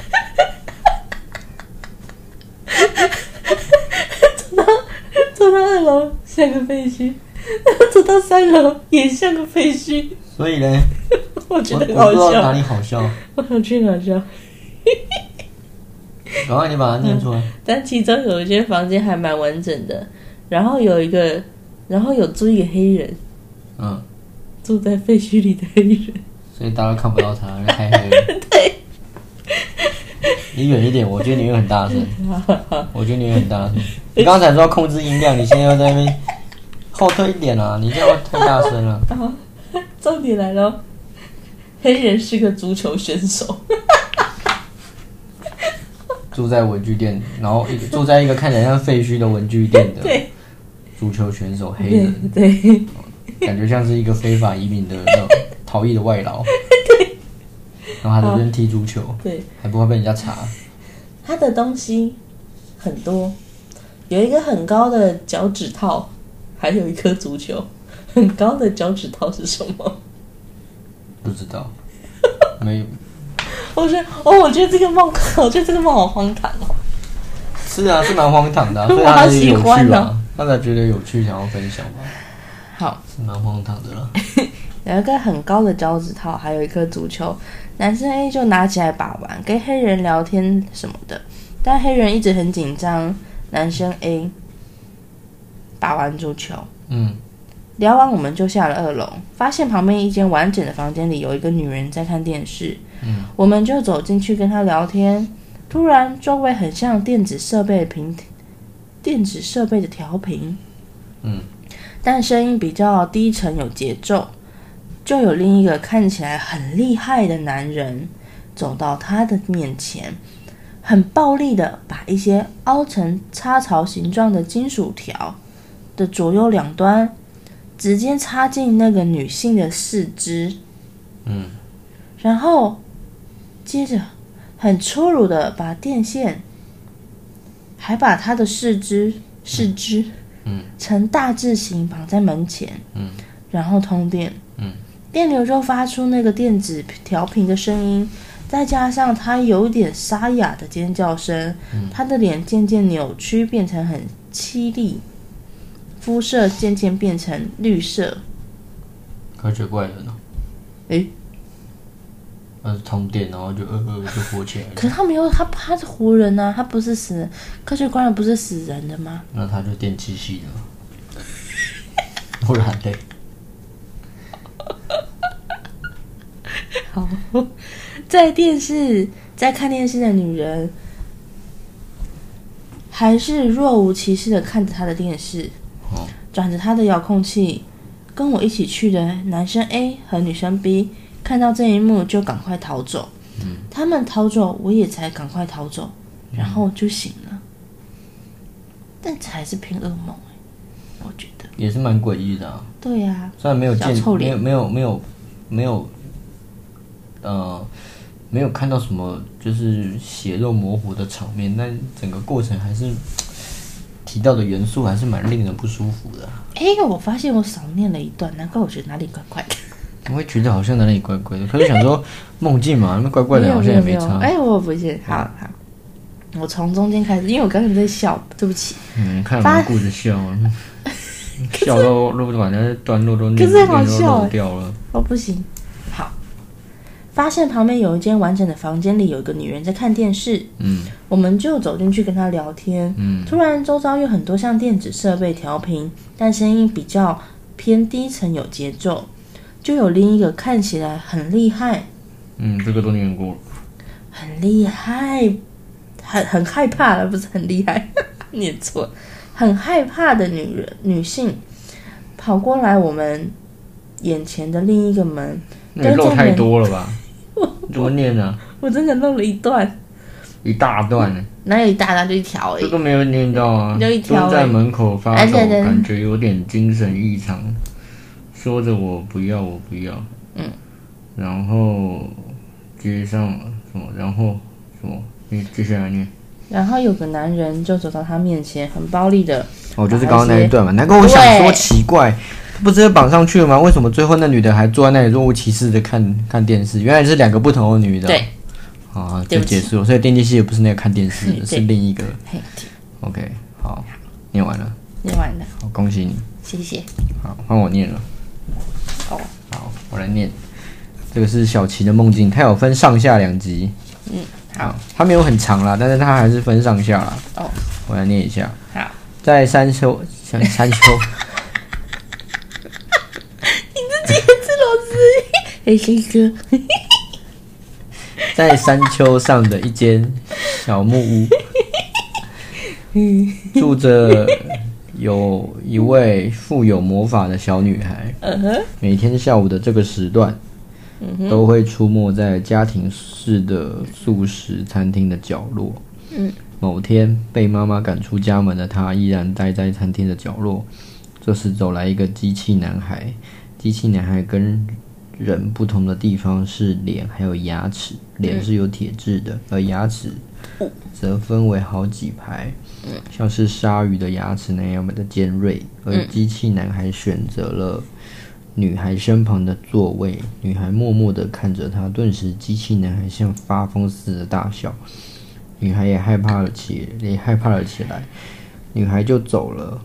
走到二楼像个废墟， 走到三楼也像个废墟。
所以呢，
我觉
我我
得很
不
好
知道哪
笑，
里好笑，
我想去哪笑。
赶快你把它念出来。
但其中有一间房间还蛮完整的，然后有一个，然后有住一个黑人，
嗯，
住在废墟里的黑人。
所以大家都看不 到他，太黑了。
对，
你远一点，我觉得你会很大 声。我觉得你会很大声。
哎
你刚才说要控制音量，你现在又在那边后退一点啊！你这样会太大声了。
重点来了，黑人是个足球选手。
住在文具店，然后一个住在一个看起来像废墟的文具店的
对
足球选手黑
对
人。
对，
感觉像是一个非法移民的那种逃逸的外 劳。然后还在那边踢足球，
对，
还不会被人家查。
他的东西很多，有一个很高的脚趾套，还有一颗足球。 很高的脚趾套是什么？
不知道，没
我觉得，哦，我觉得这个梦，我觉得这个梦好荒唐哦。
是啊，是蛮荒 唐的、啊，
我
所以他才
喜
有
欢
趣啊
啊，
他才觉得有趣，想要分享吧，
好，
是蛮荒唐的啦。
有一个很高的脚趾套，还有一颗足球。男生 A 就拿起来把玩，跟黑人聊天什么的，但黑人一直很紧张。男生 A 把玩足球，
嗯，
聊完，我们就下了二楼，发现旁边一间完整的房间里有一个女人在看电视。
嗯，
我们就走进去跟她聊天。突然，周围很像电子设备屏，电子设备的调频。
嗯，
但声音比较低沉，有节奏。就有另一个看起来很厉害的男人走到她的面前，很暴力的把一些凹成插槽形状的金属条的左右两端直接插进那个女性的四肢，
嗯，
然后接着很粗鲁的把电线，还把她的四肢四肢，
嗯，
呈大字形绑在门前，
嗯，
然后通电，
嗯，
电流就发出那个电子调频的声音。再加上她有点沙哑的尖叫声，
嗯
她的脸渐渐扭曲，变成很凄厉，肤色渐渐变成绿色，
科学怪人哦。
诶
他是通电，然后就呃呃就火起来了，
可是他没有，他他是活人呐、啊，他不是死人。科学官人不是死人的吗？
那他就电气系了。 不然嘞，
好，在电视在看电视的女人，还是若无其事的看着他的电视，
哦
转着他的遥控器。跟我一起去的男生 A 和女生 B 看到这一幕就赶快逃走，
嗯
他们逃走，我也才赶快逃走，然后就醒了。但这还是偏噩梦、欸、我觉得。
也是蛮诡异的、啊。
对呀、
虽然没有见
小臭，
没有
脸
没有没有没有，呃，没有看到什么就是血肉模糊的场面，但整个过程还是提到的元素还是蛮令人不舒服的啊、
哎、我发现我少念了一段，难怪我觉得哪里怪怪的。
我会觉得好像哪里怪怪的，可是想 说梦境嘛，那么怪怪的，好像
没
也
有没有
差。嗯
哎、我不是，好好，我从中间开始，因为我刚才在笑，对不起。
嗯，看我们顾着 笑，嗯笑到都把那段落都
可是很好
念
笑
都漏
哎
掉了。
哦，不行。好，发现旁边有一间完整的房间里有一个女人在看电视，
嗯
我们就走进去跟她聊天。
嗯
突然周遭有很多像电子设备调频，但声音比较偏低沉有节奏，就有另一个看起来很厉害、
嗯，这个都念过了。
很厉害、很很害怕了，不是很厉害， 念错，很害怕的女人女性跑过来我们眼前的另一个门，
那也
都
漏
在
太
门
多 了吧？怎么念呢、
我真的漏了一段，
一大段呢。
哪有一大段就一条而
这
已。
个没有念到啊，
有一条
蹲在门口发
而
抖，
且人
感觉有点精神异常，说着我不要，我不要，
嗯，
然后接上什么，然后什么，你接下来念。
然后有个男人就走到他面前，很暴力的，
哦，就是
把那
刚刚那
些
一段嘛，难怪我想说
对
奇怪，不直接绑上去了吗？为什么最后那女的还坐在那里若无其事的看看电视？原来是两个不同的女的。
对，
啊，
对
就
不起
结束了。所以电击系也不是那个看电视的，
嗯
是
对
另一个。
嘿，
OK，好，念完了，
念完了，
好，恭喜你。
谢谢。
好，换我念了。
哦，
好，我来念。这个是小琪的梦境，它有分上下两集。
嗯，
好，它没有很长啦，但是它还是分上下啦。
哦，
我来念一下。
好，
在山丘，山山丘，
你自己也是老师，嘿，先生，
在山丘上的一间小木屋，住着有一位富有魔法的小女孩。
嗯哼，
每天下午的这个时段，都会出没在家庭式的素食餐厅的角落。
嗯，
某天被妈妈赶出家门的她，依然待在餐厅的角落。这时走来一个机器男孩，机器男孩跟人不同的地方是脸还有牙齿，脸是有铁质的，而牙齿则分为好几排，像是鲨鱼的牙齿那样的尖锐。而机器男孩选择了女孩身旁的座位，女孩默默地看着他，顿时机器男孩像发疯似的大笑，女孩也害怕了起，也害怕了起来，女孩就走了。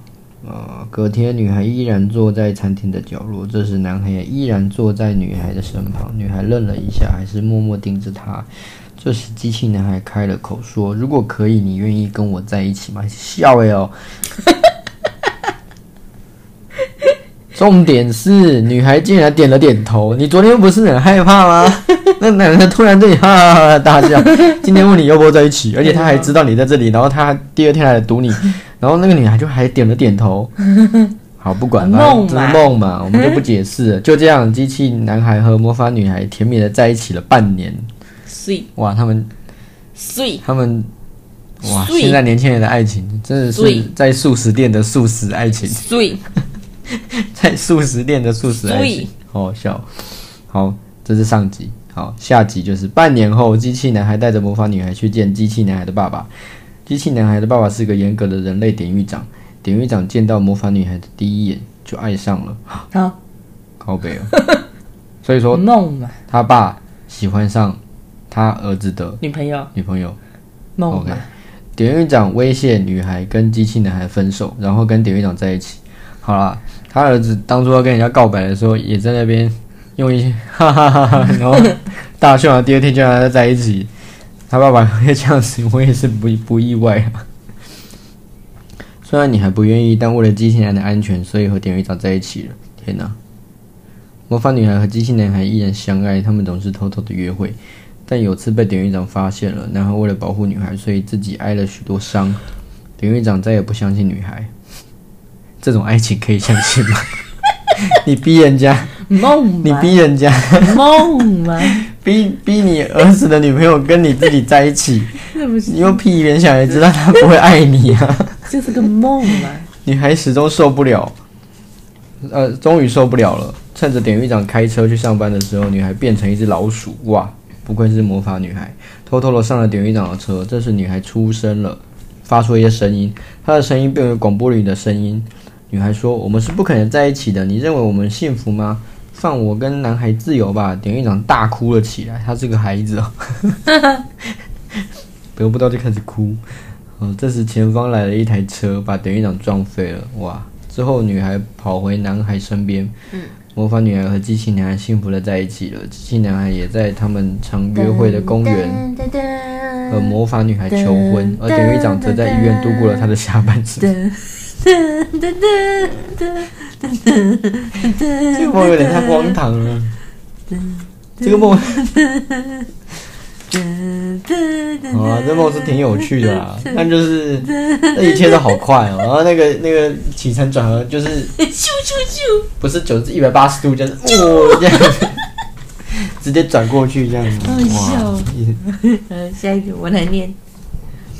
呃，隔天女孩依然坐在餐厅的角落，这时男孩也依然坐在女孩的身旁，女孩愣了一下，还是默默盯着他。这时，机器男孩开了口说：“如果可以，你愿意跟我在一起吗？”笑哎哦。 重点是，女孩竟然点了点头。你昨天不是很害怕 吗？那男的突然对你哈哈哈哈大笑。今天问你要不要在一起，而且他还知道你在这里，然后他第二天还来 堵你，然后那个女孩就还点了点头。好，不管，反正
梦
这是
嘛
梦 嘛，我们就不解释了。就这样，机器男孩和魔法女孩甜蜜的在一起了半年。
碎
哇，他们
碎，
他们哇，
碎
现在年轻人的爱情真的
碎
是在素食店的素食爱 情，
碎，
在素食店的素食爱
碎
情，好好笑。好，这是上集。好，下集就是半年后，机器男孩带着魔法女孩去见机器男孩的爸爸。机器男孩的爸爸是个严格的人类典狱长。典狱长见到魔法女孩的第一眼就爱上了
好，
靠贝尔， 所以说
梦嘛，
他爸喜欢上他儿子的
女朋友
女朋友。
梦
OK，
嘛，
典狱长威胁女孩跟机器男孩分手，然后跟典狱长在一起。好啦，他儿子当初要跟人家告白的时候，也在那边用一些 哈哈哈哈，然后大笑，然后第二天就让他在一起。他爸爸会这样子，我也是不不意外啊。虽然你还不愿意，但为了机器男的安全，所以和典狱长在一起了。天哪！魔法女孩和机器男孩依然相爱，他们总是偷偷的约会。但有次被典狱长发现了，然后为了保护女孩，所以自己挨了许多伤。典狱长再也不相信女孩，这种爱情可以相信吗？ 你逼人家，
梦吗？
你逼人家，
梦吗？
逼逼你儿子的女朋友跟你自己在一起，
那不是
你用屁眼想也知道她不会爱你啊！
就是个梦吗？
女孩始终受不了，呃，终于受不了了。趁着典狱长开车去上班的时候，女孩变成一只老鼠，哇，不愧是魔法女孩，偷偷的上了典狱长的车。这时女孩出声了，发出一些声音，她的声音变为广播里的声音。女孩说：“我们是不可能在一起的，你认为我们幸福吗？放我跟男孩自由吧！”典狱长大哭了起来，他是个孩子哦， 得不到就开始哭。嗯，这时前方来了一台车，把典狱长撞飞了。哇！之后女孩跑回男孩身边，
嗯
魔法女孩和机器男孩幸福的在一起了。机器男孩也在他们常约会的公园
噔噔
和魔法呃女孩求婚，而典狱长则在医院度过了他的下半生。
噔噔噔噔噔噔噔
这个梦有点太荒唐了。这个梦，
噔噔噔
啊，这梦是挺有趣的啦，但就是那一切都好快哦。然后那个那个起承转合就是
咻咻咻！
不是九一百八十度，就是哦这样子，直接转过去这样子。
好笑哦
哇！
呃，下一个我来念，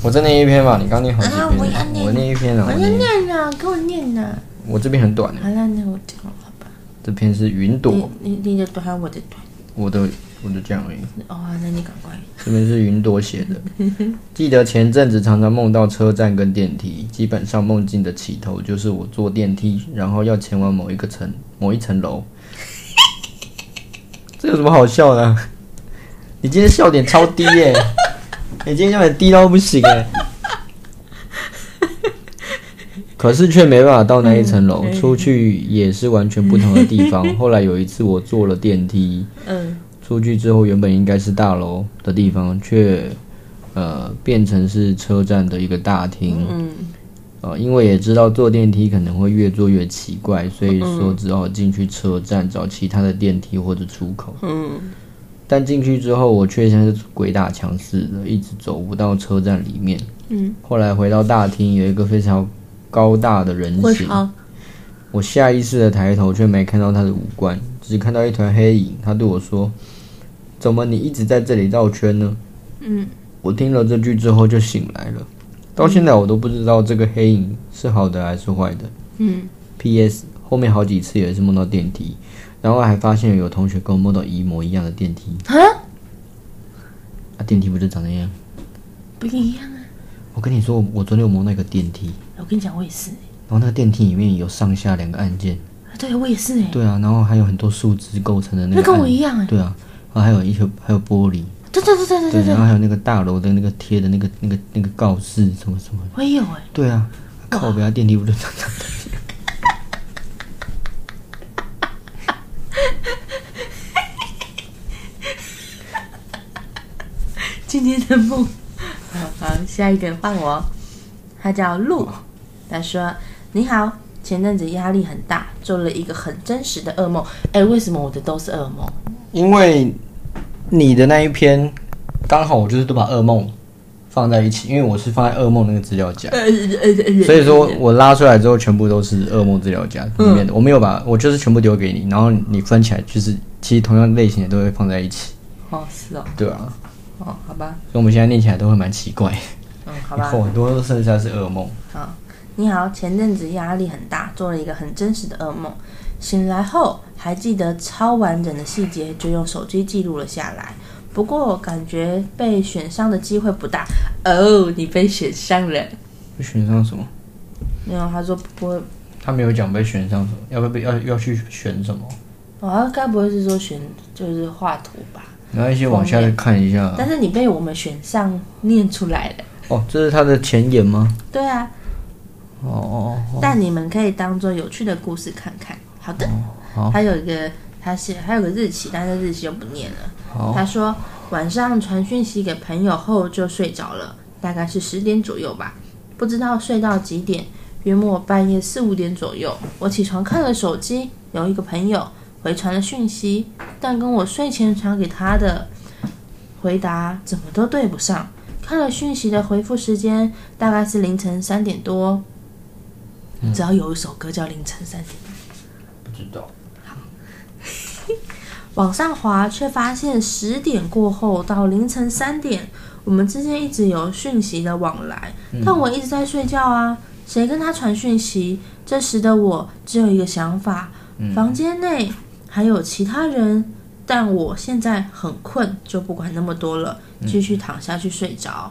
我再念一篇吧，你刚念好几篇
啊我要
了，
念
我念一篇了，我
我来
念一篇，
念呢，给我念呢。
我这边很短的，
好了，那我讲好吧。
这篇是云朵，
你你你的短还是我的短？
我的我的这样而已。
哦，那你赶快。
这边是云朵写的。记得前阵子常常梦到车站跟电梯，基本上梦境的起头就是我坐电梯，然后要前往某一个层某一层楼。这有什么好笑的啊？你今天笑点超低耶、你今天笑点低到不行哎、可是却没办法到那一层楼，出去也是完全不同的地方。后来有一次我坐了电梯，
嗯，
出去之后，原本应该是大楼的地方，却呃变成是车站的一个大厅。嗯，呃，因为也知道坐电梯可能会越坐越奇怪，所以说只好进去车站找其他的电梯或者出口。嗯，但进去之后，我却像是鬼打墙似的，一直走不到车站里面。嗯，后来回到大厅，有一个非常高大的
嗯
人
为
形。
啥？
我下意识的抬头，却没看到他的五官，只看到一团黑影。他对我说：“怎么你一直在这里绕圈呢？”嗯，我听了这句之后就醒来了。到现在我都不知道这个黑影是好的还是坏的。
嗯
P.S. 后面好几次也是梦到电梯，然后还发现有同学跟我梦到一模一样的电梯。
啊，
啊，电梯不就长那样？
不一样啊！
我跟你说，我我昨天有梦到一个电梯，
我跟你讲，我也是。
然后那个电梯里面有上下两个按键。
啊对，我也是哎。
对啊，然后还有很多树枝构成的那个
那
按，
跟我一样欸
对啊，然后还有一些还有玻璃，
对对对对
对，
对对
然后还有那个大楼的那个贴的那个那个那个告示什么什么的，
我也有哎。
对啊，靠北啊，电梯不就
今天的梦。 好，好下一个换我。他叫鹿，他说：“你好，前阵子压力很大，做了一个很真实的噩梦。哎，为什么我的都是噩梦？
因为你的那一篇刚好我就是都把噩梦放在一起，因为我是放在噩梦那个资料夹，
呃呃呃，
所以说我拉出来之后全部都是噩梦资料夹里面的，我没有把我就是全部丢给你，然后你分起来就是其实同样类型的都会放在一起，
哦，是哦，
对啊。
哦，好吧，
所以我们现在念起来都会蛮奇怪，
嗯，好
以
吧，
后很多剩下是噩梦。
好，你好，前阵子压力很大，做了一个很真实的噩梦，醒来后还记得超完整的细节，就用手机记录了下来。不过感觉被选上的机会不大哦，你被选上了。
被选上什么？
没有，他说不会，
他没有讲被选上什么，要不要被要要去选什么？
好像哦该不会是说选就是画图吧？
然后一些往下再看一下。啊
但是你被我们选上念出来了，
哦，这是他的前言吗？
对啊，
哦哦哦，
但你们可以当做有趣的故事看看。好的，
好
还有一个他写还有个日期，但是日期就不念了
好。
他说晚上传讯息给朋友后就睡着了，大概是十点左右吧，不知道睡到几点，约莫半夜四五点左右，我起床看了手机，有一个朋友回传了讯息，但跟我睡前传给他的回答怎么都对不上。看了讯息的回复时间，大概是凌晨三点多。你知道有一首歌叫《凌晨三点》，
不知道。
往上滑却发现十点过后到凌晨三点，我们之间一直有讯息的往来，但我一直在睡觉啊，谁跟他传讯息？这时的我只有一个想法：房间内还有其他人，但我现在很困，就不管那么多了，继续躺下去睡着。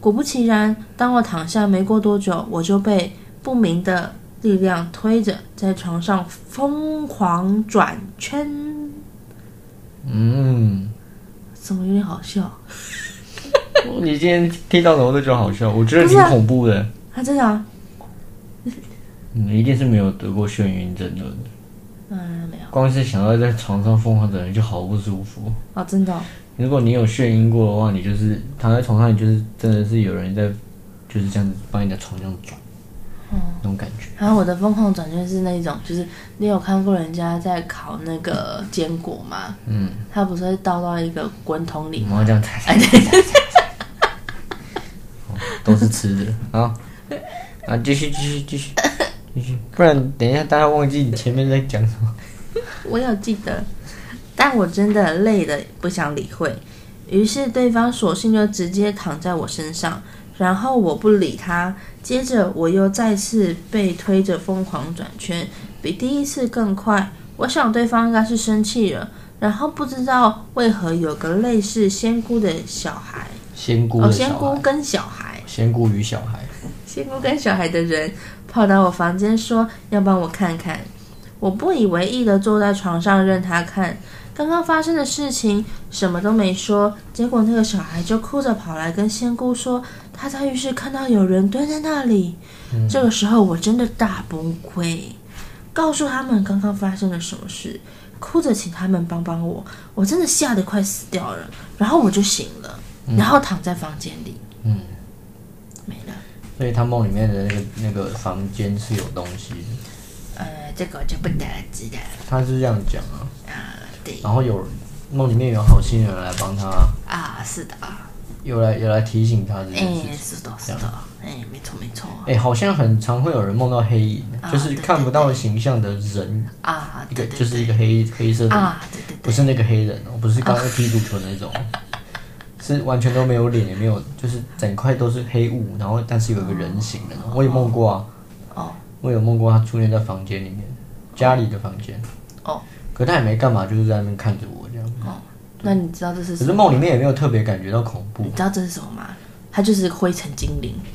果不其然，当我躺下没过多久，我就被不明的力量推着，在床上疯狂转圈。
嗯，
怎么有点好笑？
哦你今天听到的我都觉得好笑，我觉得
不是
挺
啊
恐怖的。
啊，真的啊？
你一定是没有得过眩晕症的，
嗯，没有
光是想要在床上疯狂的人就好不舒服。
哦，真的哦、
如果你有眩晕过的话，你就是躺在床上，你就是真的是有人在，就是这样子帮你的床这样转，
嗯
那种感觉。
然后我的疯狂转圈是那一种，就是你有看过人家在烤那个坚果吗？
嗯，
他不是会倒到一个滚筒里
你
吗？
们要这样踩踩踩踩，哦都是吃的啊啊！继续继续继续继续，不然等一下大家忘记你前面在讲什么。
我有记得，但我真的累得不想理会。于是对方索性就直接躺在我身上，然后我不理他。接着我又再次被推着疯狂转圈，比第一次更快。我想对方应该是生气了，然后不知道为何有个类似仙姑的小孩，
仙姑
哦，
的
仙
小
姑
孩，
跟小孩，
仙姑与小孩，
仙姑跟小孩的人跑到我房间说要帮我看看，我不以为意的坐在床上任他看。刚刚发生的事情什么都没说，结果那个小孩就哭着跑来跟仙姑说他在浴室看到有人蹲在那里。这个时候我真的大崩溃，告诉他们刚刚发生了什么事，哭着请他们帮帮我，我真的吓得快死掉了。然后我就醒了，然后躺在房间里，
嗯，
没了。
所以他梦里面的那个那个房间是有东西的，
呃，这个我就不得而知了
他是这样讲啊。
啊。对
然后有梦里面有好心人来帮他，
啊，是的啊，
又来又来提醒他这
哎、
件事情。
是的，是的，哎，没错，没错
哎、好像很常会有人梦到黑影，
啊
就是
对对
看不到形象的人，
啊，
一
对
个
对
就是一个黑黑色的，
啊，对对
不
对，
是那个黑人哦，不是
啊
刚刚踢足球的那种，是完全都没有脸，也没有，就是整块都是黑雾，然后但是有一个人形的，我也梦过啊，
哦
我有梦过他出现在房间里面，家里的房间，
哦
可他也没干嘛，就是在那边看着我这样，
哦，那你知道这是
可
什
是
么？
梦里面也没有特别感觉到恐怖
你，知道这是什么吗？它就是灰尘精灵。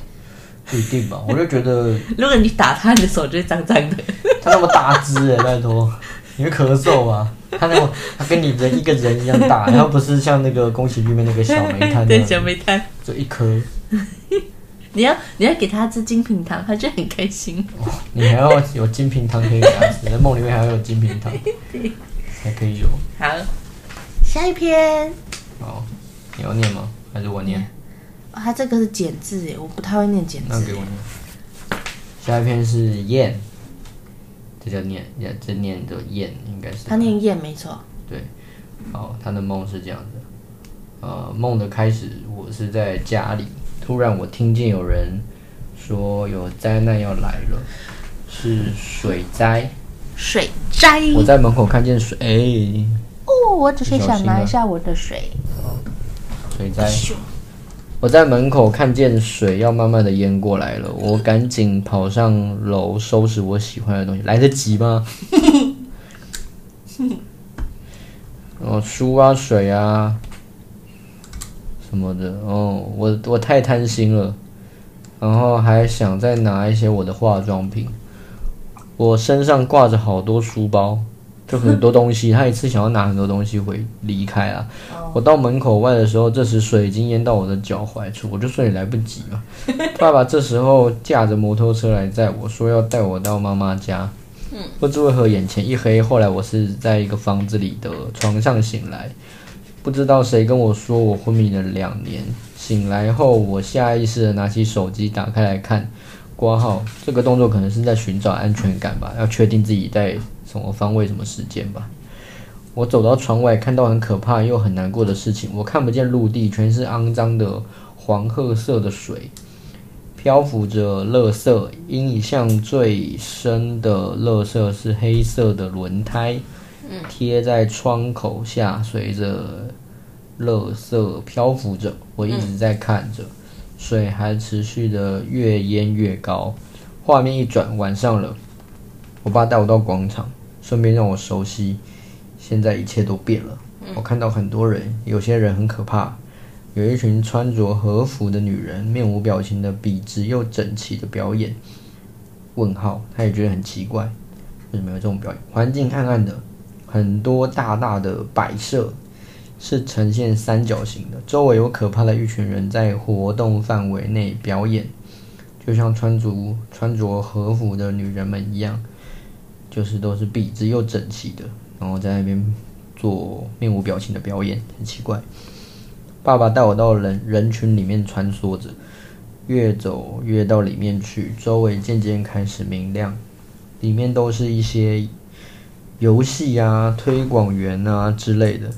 不一定吧，我就觉得
如果你打它，你的手就会脏脏的。
他那么大只哎、拜托，你会咳嗽啊？他那么，他跟你人一个人一样大，然后不是像那个宫崎骏的那个小煤炭啊那
对，小
样，
煤炭，
就一颗。
你要你要给它吃精品糖，它就很开心。
你还要有金瓶汤可以给他吃，在梦里面还要有金瓶汤，才可以有。
好，下一篇。
哦，你要念吗？还是我念？
哦、它这个是简字耶，我不太会念简
那
字
给我
耶。
念。下一篇是燕，这叫念，也这念的燕应该是。
它念燕没错。
对，好，他的梦是这样的，呃，梦的开始，我是在家里，突然我听见有人说有灾难要来了，是水灾，
水斋
我在门口看见水，哎、
哦，我只是
小
想
心
拿
啊
一下我的水。
水灾，我在门口看见水要慢慢的淹过来了，我赶紧跑上楼收拾我喜欢的东西，来得及吗？哦，书啊，水啊，什么的。哦，我我太贪心了，然后还想再拿一些我的化妆品。我身上挂着好多书包，就很多东西，他一次想要拿很多东西回离开啊。我到门口外的时候，这时水已经淹到我的脚踝处，我就说也来不及了。 爸爸这时候驾着摩托车来载我，说要带我到妈妈家。不知为何眼前一黑，后来我是在一个房子里的床上醒来，不知道谁跟我说我昏迷了两年。醒来后，我下意识的拿起手机打开来看，挂号这个动作可能是在寻找安全感吧，要确定自己在什么方位、什么时间吧。我走到窗外，看到很可怕又很难过的事情。我看不见陆地，全是肮脏的黄褐色的水，漂浮着垃圾。因一项最深的垃圾是黑色的轮胎，贴在窗口下，随着垃圾漂浮着。我一直在看着，水还持续的越淹越高。画面一转，晚上了，我爸带我到广场，顺便让我熟悉。现在一切都变了，我看到很多人，有些人很可怕，有一群穿着和服的女人，面无表情的笔直又整齐的表演。问号，他也觉得很奇怪，为什么有这种表演？环境暗暗的，很多大大的摆设是呈现三角形的，周围有可怕的一群人在活动范围内表演，就像穿着穿着和服的女人们一样，就是都是笔直又整齐的，然后在那边做面无表情的表演，很奇怪。爸爸带我到人人群里面穿梭着，越走越到里面去，周围渐渐开始明亮，里面都是一些游戏啊、推广员啊之类的。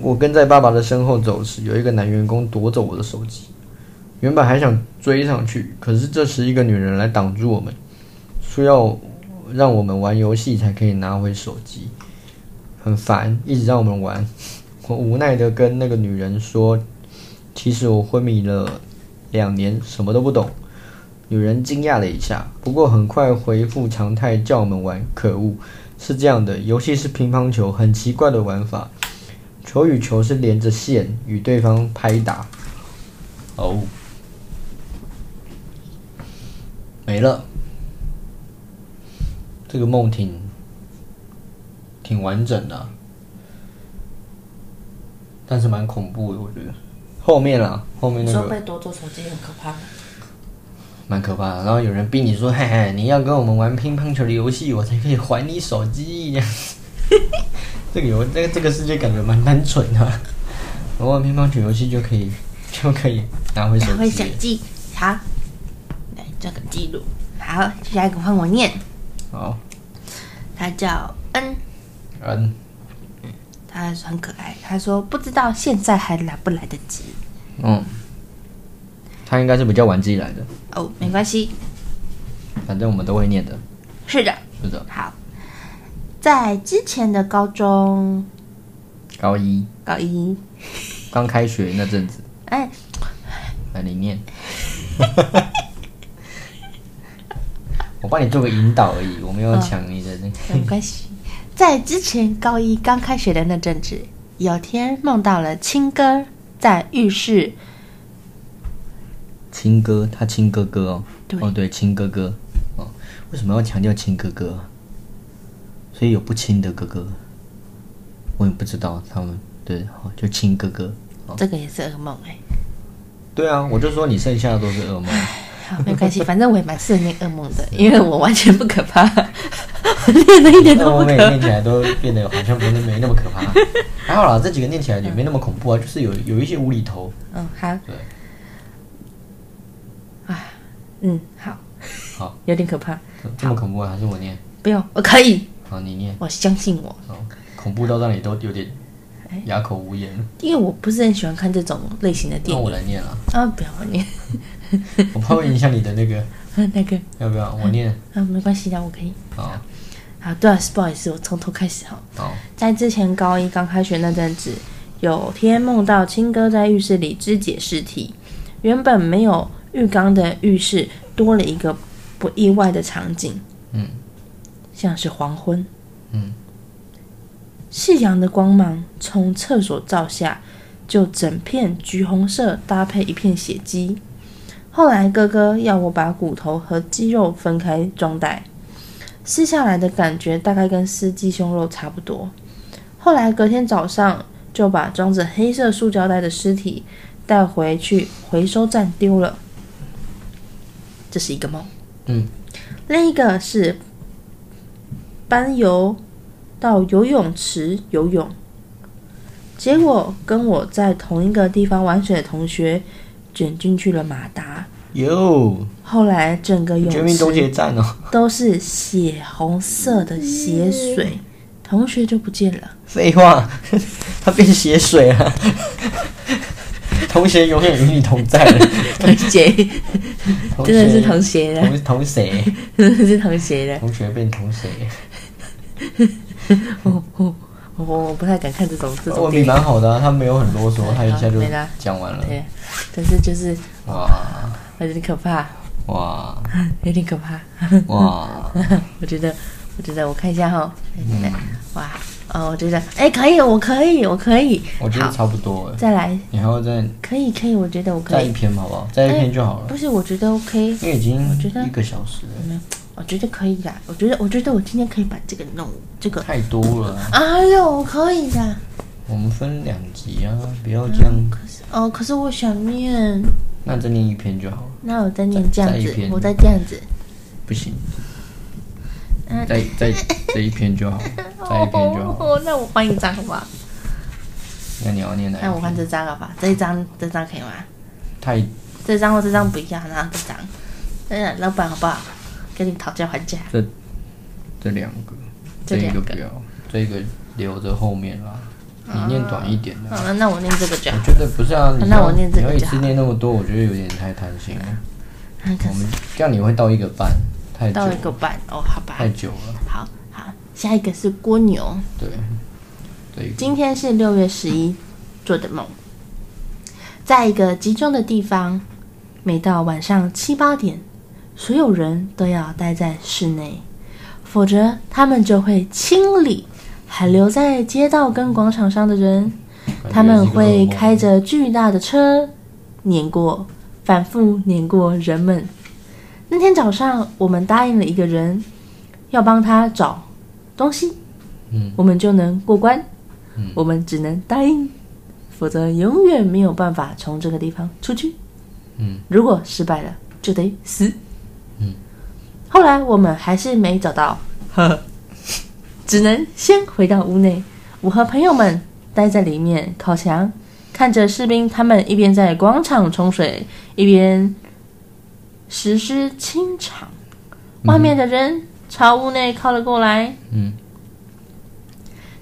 我跟在爸爸的身后走时，有一个男员工夺走我的手机，原本还想追上去，可是这时一个女人来挡住我们，说要让我们玩游戏才可以拿回手机，很烦，一直让我们玩。我无奈的跟那个女人说，其实我昏迷了两年，什么都不懂。女人惊讶了一下，不过很快恢复常态，叫我们玩。可恶，是这样的，游戏是乒乓球，很奇怪的玩法，球与球是连着线，与对方拍打。哦，没了。这个梦挺挺完整的啊、但是蛮恐怖的，我觉得。后面啦，后面
你
那
说
个
被夺走手机很可怕吗？
蛮可怕的。然后有人逼你说：“嘿嘿，你要跟我们玩乒乓球的游戏，我才可以还你手机。” 这样子，这个游这个这个世界感觉蛮单纯的。我玩乒乓球游戏就可以就可以拿回手
拿回
机
小
了。
记，好，来做个记录。好，下一个换我念，
好，
他叫恩，
嗯，
他很可爱。他说不知道现在还来不来得及
嗯，他应该是比较晚自己来的，
哦，没关系，
反正我们都会念的，
是的，
是的。
好。在之前的高中
高一
高一，
刚开学那阵子，
哎，
来你念， 我帮你做个引导而已，我没有抢你的那个。
没 关系。在之前高一刚开学的那阵子，有天梦到了青哥在浴室，
亲哥，他亲哥哥哦。
对
哦，对，亲哥哥。哦，为什么要强调亲哥哥啊？所以有不亲的哥哥，我也不知道他们对，哦、就亲哥哥。
哦
这个也是噩梦哎、
对啊，我就说你剩下的都是 噩梦。
好，没关系，反正我也蛮适合念噩梦的，因为我完全不可怕，我念的一点都
噩
不
梦被
可
你念起
怕。
来都变得好像不是没那么 可怕。还好啦，这几个念起来也没那么恐怖啊，就是有有一些无厘头。
嗯，好，
对，
嗯，好，
好，
有点可怕，
这么恐怖啊，还是我念？
不用，我可以，
好，你念。
我相信我，
好，恐怖到让你都有点
哎
哑口无言。
因为我不是很喜欢看这种类型的
那
电
我
影
来念了，
啊，不要我念
我怕会影响你的那个，
那个
要不要？我念。
啊，没关系的，我可以。
好，
好，对啊，不好意思，我从头开始哈。
好，
在之前高一刚开学那阵子，有天梦到青哥在浴室里肢解尸体，原本没有浴缸的浴室多了一个不意外的场景，
嗯，
像是黄昏，
嗯，
夕阳的光芒从厕所照下，就整片橘红色搭配一片血迹。后来哥哥要我把骨头和肌肉分开装袋，撕下来的感觉大概跟撕鸡胸肉差不多。后来隔天早上就把装着黑色塑胶袋的尸体带回去回收站丢了。这是一个梦。
嗯。
另一个是班游到游泳池游泳，结果跟我在同一个地方玩水的同学卷进去了马达。
哟，
后来整个泳
绝命终
池
结战哦，
都是血红色的血水，同学就不见了。
废话，他变血水了， 同学永远与你同 在了，
同学，
同
真的是
学
同学了，
同同谁？
真的是同学了。
同学变同谁？
我我我我不太敢看这种这种
问
电
题
影。
蛮好的、啊，他没有很啰嗦，他一下就
没啦
讲完了。
对，但是就是
哇
有点可怕，
哇
有点可怕。
哇！
我觉得，我觉得，我看一下哈。嗯、哇，哦，我觉得，哎，可以，我可以，我可以。
我觉得
好
差不多了，
再来，
你还要再
可以，可以，我觉得我可
再一
以。
篇好不好？再一篇就好了，
不是，我觉得 OK，
因为已经
觉得
一个小时了，
我觉得可以啦。我觉得，我觉得我今天可以把这个弄这个。
太多了啊。
哎呦，我可以的。
我们分两集啊，不要这样。
哦，可是我想念，
那再念一篇就好了，
那我再念这样
再一
子，
篇
我再这样子。
不行
嗯，
再再再一篇就好，再一篇就好。
哦，那我换一张好不好？
那你要念哪一
那哎我换这
篇？
张好吧，这一张这张可以吗？
太
这张或这张不要，然后这张。哎，老板好不好？跟你讨价还价。
这两个，这
这
一
两个
个不要，这个留着后面啦。你念短一点的。
好了，那我念这个就
我
好。
觉得不是啊，你
啊哦那我
要
念这
你
个
要一
就
次
好
念那么多，我觉得有点太贪心了。
那可
我
是
们这样你会到一个半，太久
到一个
了
半哦，好吧
太。久了，
好好，下一个是蜗牛。
对，这一个
今天是六月十一做的梦，在一个集中的地方，每到晚上七八点，所有人都要待在室内，否则他们就会清理还留在街道跟广场上的人。他们会开着巨大的车碾过，反复碾过人们。那天早上，我们答应了一个人，要帮他找东西，
嗯，
我们就能过关。
嗯
我们只能答应，否则永远没有办法从这个地方出去。
嗯，
如果失败了，就得死。
嗯，
后来我们还是没找到， 只能先回到屋内。我和朋友们待在里面烤墙，看着士兵他们一边在广场冲水，一边实施清场。外面的人朝屋内靠了过来，
嗯，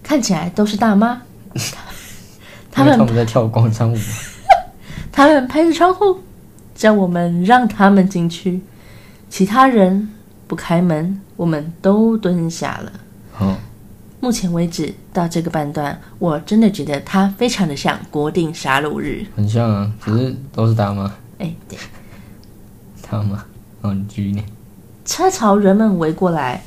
看起来都是大妈。他
因为他
们
们在跳广场 舞，
他们拍着窗户，叫我们让他们进去。其他人不开门，我们都蹲下了。
好，
目前为止，到这个半段，我真的觉得它非常的像国定杀戮日。
很像啊，只是都是大妈，
哎，对，
大妈，然后你继续念，
车朝人们围过来，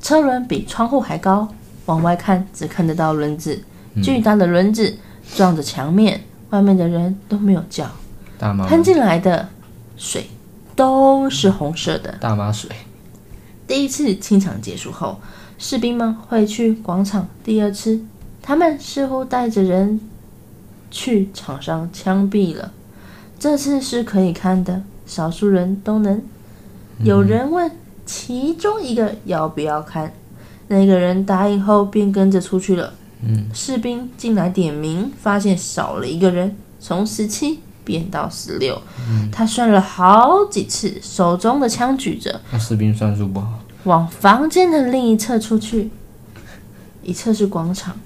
车轮比窗户还高，往外看只看得到轮子，
嗯
巨大的轮子撞着墙面，外面的人都没有叫，
大妈
喷进来的水都是红色的。
大妈水，
第一次清场结束后，士兵们会去广场第二次，他们似乎带着人去场上枪毙了。这次是可以看的，少数人都能。有人问其中一个要不要看，那个人答应后便跟着出去了。
嗯，
士兵进来点名，发现少了一个人，从十七变到十六。他算了好几次，手中的枪举着，
那士兵算术 不好，
往房间的另一侧出去，一侧是广场，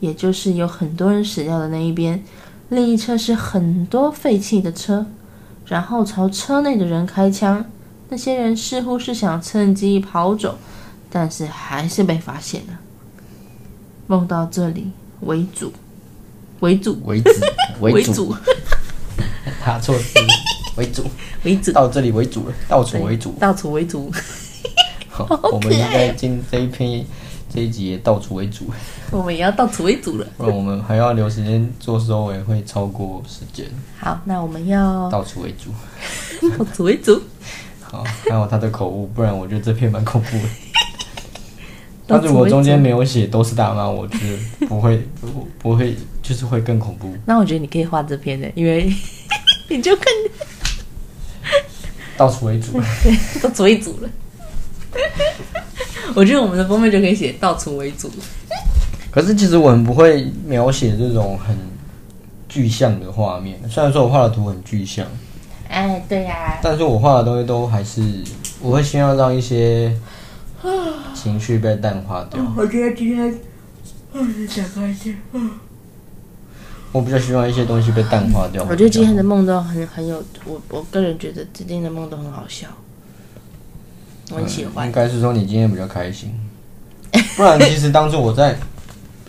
也就是有很多人死掉的那一边；另一侧是很多废弃的车，然后朝车内的人开枪。那些人似乎是想趁机跑走，但是还是被发现了。梦到这里为主，为主，
为主，
为
主，
主，
打错字，为 主，
为主，
到这里为主了，倒数为主，
到此为主。
好
好可爱哦
我们应该今这一篇这一集也倒数为主，
我们也要到此为主了。
不然我们还要留时间做收尾，会超过时间，
好，那我们要
倒数为主。
到此为主。
好，啊还有他的口误，不然我觉得这篇蛮恐怖 的。
到
他
此为止
如果中间没有写都是大妈，我觉得不会不不会，就是会更恐怖。
那我觉得你可以画这篇的，因为 你就 更
到此为止，
到此为主了。 我觉得我们的封面就可以写到此为主。
可是其实我们不会描写这种很具象的画面。虽然说我画的图很具象，
哎，对呀、
但是我画的东西都还是我会希望让一 些情绪被淡化掉。
呃
我觉得今天我想开心。
我比较希望一些东西被淡化掉。
我觉得今天的梦都很很有，我我个人觉得今天的梦都很好笑，我很喜
嗯
欢
应。该是说你今天比较开心， 不然其实当初我在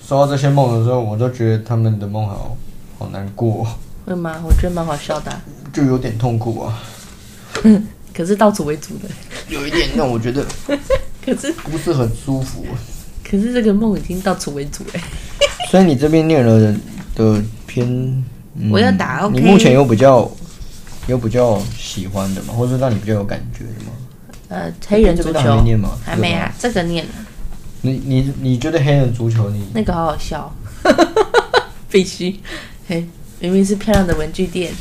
收到这些梦的时候，我都觉得他们的梦好好难过，
会吗？我觉得蛮好笑的啊、
就有点痛苦啊，
可是到此为止的。
有一点让我觉得
可是
不是很舒服。
可是这个梦已经到此为止哎。
所以你这边念了的的偏，嗯
我要打 OK
你目前有比较有比较喜欢的吗？或者让你比较有感觉的吗？
呃，黑人足
这边还没
球
念吗
还没啊，这个念
你你你觉得黑人足球你
那个好好笑， 必须。嘿，明明是漂亮的文具店，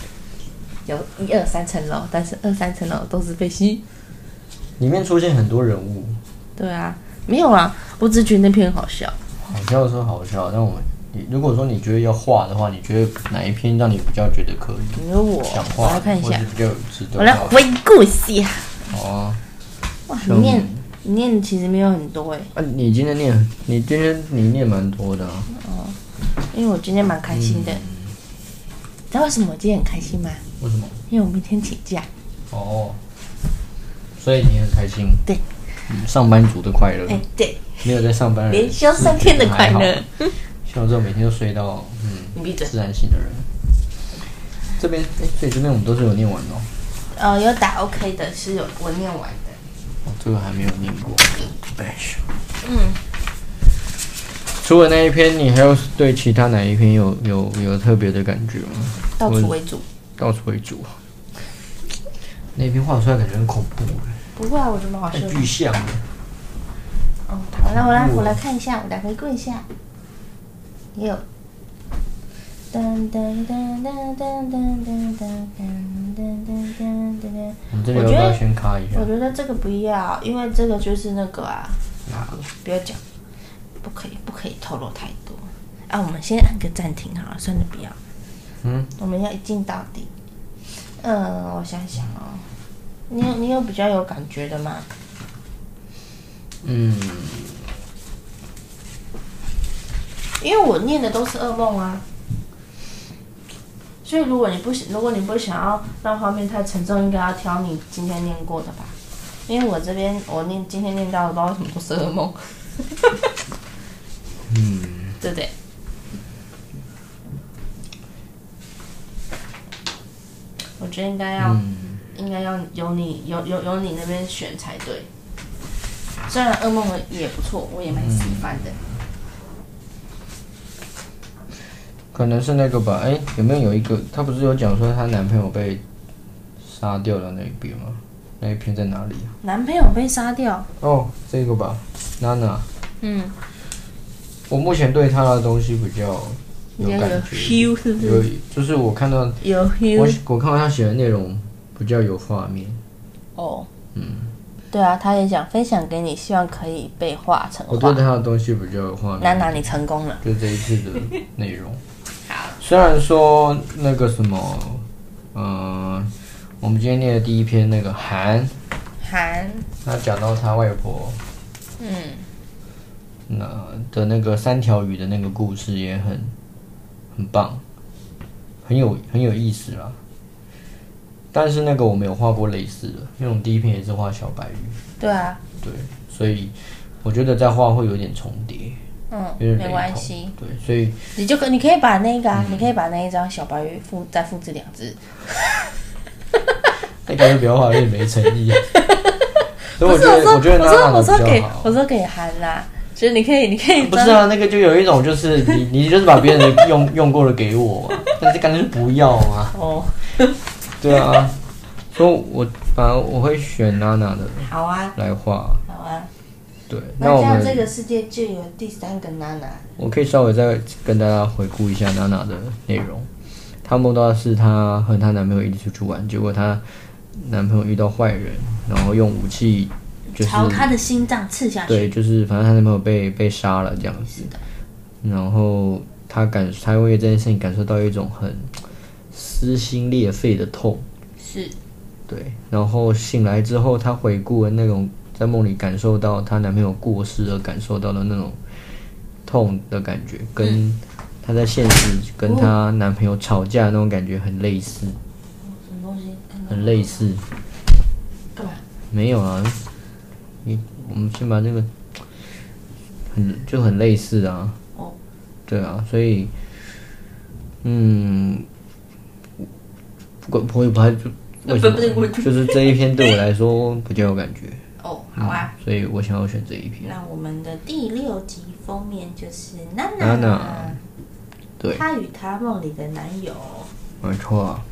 有一二三层楼，但是二三层楼都是被吸。
里面出现很多人物，
对啊，没有啊，我只是觉得那篇很好笑。
好笑的时候好笑，但我们你如果说你觉得要画的话，你觉得哪一篇让你比较觉得可以
你说我
想，
我
画？
来看一下
或是，比较有值得
我来
画
回顾一下。
哦。
哇，你
像
念你念其实没有很多哎，
啊，你今天念，你今天你念蛮多的、啊，
因为我今天蛮开心的。你知道为什么我今天很开心吗？
为什么？
因为我明天请假。
哦，所以你很开心。
对
嗯，上班族的快乐，
哎，对，
没有在上班的人
连休三天的快乐。
像我这种每天都睡到嗯
你闭嘴。
自然醒的人，这边哎、所以这边我们都是有念完的哦。
呃，有打 OK 的是有我念完的。
哦，这个还没有念过。哎咻。
嗯
除了那一篇，你还有对其他哪一篇有有有特别的感觉吗？
到此为止。
到此为止。那篇画出来感觉很恐怖，
不会啊，我觉得蛮好笑
太
的。
具象了。
哦，好，那我来我来看一下，我来回顾一下。也有。噔噔噔噔噔噔噔噔噔噔噔噔噔。
我们这里要不要先卡一下
我？觉得这个不要，因为这个就是那个啊，
哪个？
不要讲，不可以，不可以透露太多。啊，我们先按个暂停好了，算了，不要。
嗯，
我们要一镜到底。嗯，我想想哦，你有你有比较有感觉的吗？
嗯，
因为我念的都是噩梦啊，所以如果你不喜如果你不想要让画面太沉重，应该要挑你今天念过的吧。因为我这边我念今天念到的，不知道为什么都是噩梦。嗯，对不对？我觉得应该要、
嗯
应该要由你由由由你那边选才对。虽然噩梦也不错，我也蛮喜欢的。
可能是那个吧。哎、有没有有一个？她不是有讲说她男朋友被杀掉的那一篇吗？那一篇在哪里啊？
男朋友被杀掉，
哦，这个吧，Nana。
嗯，
我目前对他的东西比较有
应该有
感觉，
hue 是不
有
是？
就是我看到
有
我
hue
我看到他写的内容比较有画面，
哦，嗯，对啊，他也想分享给你，希望可以被画成
我
画
对。他的东西比较有画面。
娜娜，你成功了，
就这一次的内 容。虽然说那个什么，嗯，我们今天念的第一篇那个韩，
韩，
他讲到他外婆
嗯，
那呃的那个三条鱼的那个故事也很很棒，很有很有意思啦。但是那个我没有画过类似的，因为我们第一篇也是画小白鱼，
对啊，
对，所以我觉得在画会有点重叠，
嗯，
有点雷
没
同
关系，，
对，所以
你就可你可以把那个
嗯
啊，你可以把那一张小白鱼复再复制两只，
那感觉不要画有点没诚 意。所以我
不
觉
是我
得，
说
我觉得
我
娜
说
娜
我
的
说
比
给
较好
我。说给韩啦，就是你可以你可以
不是啊，那个就有一种就是你你就是把别人的用用过的给我嘛，但是干脆就不要嘛。
哦，
对啊，所以我反正我会选娜娜的
好啊
来画。
好啊，
对，那
那
我
这样
们
这个世界就有第三个啊娜娜，
我可以稍微再跟大家回顾一下娜娜的内容。她梦到的是她和她男朋友一起出去玩，结果她男朋友遇到坏人，然后用武器就是
朝他的心脏刺下去，
对，就是反正她男朋友被被杀了这样子。然后她感，她因为这件事情感受到一种很撕心裂肺的痛。
是
对，然后醒来之后，她回顾了那种在梦里感受
嗯
到她男朋友过世而感受到的那种痛的感觉，跟她在现实
哦
跟她男朋友吵架那种感觉很类似，
哦什么东西？
很类似。
干嘛？
没有啊，你我们先把这个很就很类似啊。
哦。
对啊，所以，嗯，我我也不太就为什么
不是我
就是这一篇对我来说比较有感 觉，
哦，好啊。
所以我想要选这一篇。
那我们的第六集封面就是娜娜，
Nana 对，
她与她梦里的男友，
没错。啊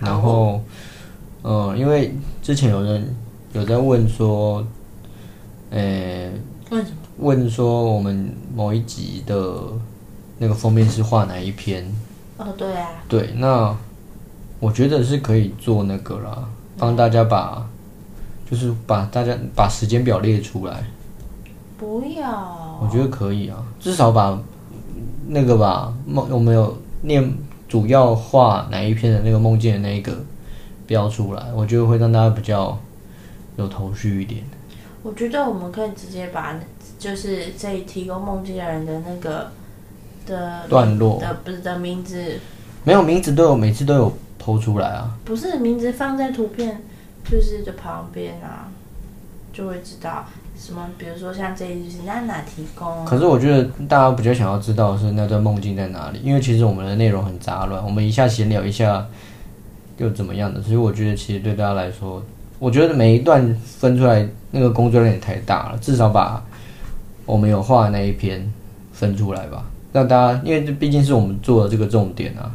然后，嗯，因为之前有人有在问说，呃、
为什么？
问说我们某一集的那个封面是画哪一篇？
哦，对啊，
对，那我觉得是可以做那个啦，帮大家把就是把大家把时间表列出来，
不要，
我觉得可以啊，至少把那个吧梦有没有念主要画哪一篇的那个梦见的那一个标出来，我觉得会让大家比较有头绪一点。
我觉得我们可以直接把就是这里提供梦境的人的那个的
段落
的不是的名字，
没有名字都有，每次都有剖出来啊。
不是名字放在图片就是的旁边啊，就会知道什么，比如说像这一集是娜娜提供，
可是我觉得大家比较想要知道的是那段梦境在哪里，因为其实我们的内容很杂乱，我们一下闲聊一下又怎么样的，所以我觉得其实对大家来说，我觉得每一段分出来那个工作量也太大了，至少把我们有画的那一篇分出来吧，让大家因为这毕竟是我们做的这个重点啊，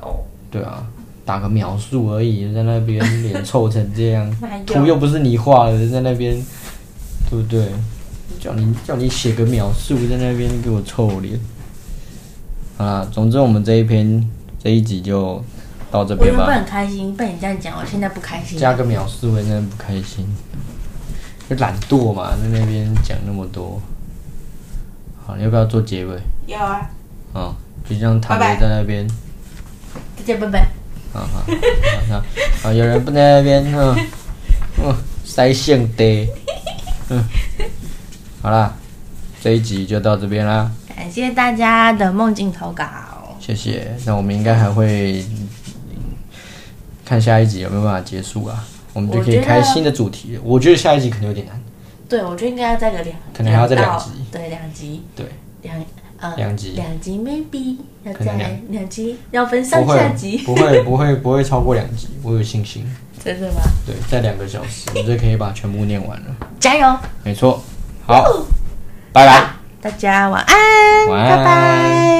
哦，
对啊，打个描述而已，在那边脸臭成这样
哪有，
图又不是你画的，在那边，对不对？叫你叫你写个描述，在那边给我臭脸。好啦，总之我们这一篇这一集就到这
我
边
原本
吧。
很开心，被你这样讲，我现在不开心。
加个描述，我真的不开心，就懒惰嘛，在那边讲那么多。好，你要不要做结尾？
要啊，
啊，就这样躺着
拜拜
在那边。
大家拜拜。
啊啊啊啊！啊，有人不在那边，嗯、嗯，塞性地，嗯，好啦，这一集就到这边啦，
感谢大家的梦境投稿，
谢谢。那我们应该还会看下一集有没有办法结束啊？我们就可
我
以
觉得
开新的主题了。我觉得下一集可能有点难，
对我觉得应该要再个两，
可能还要再
到
两集
对，两集，
对，
两呃
两集
两集 maybe 要
可能
再
两
两集，要分
不
上
会
下集，
不会不会不会超过两集，我有信心。
真的吗？
对，在两个小时，我们就可以把全部念完了。
加油，
没错，好，拜拜。
大家晚安，
晚安
哦拜拜。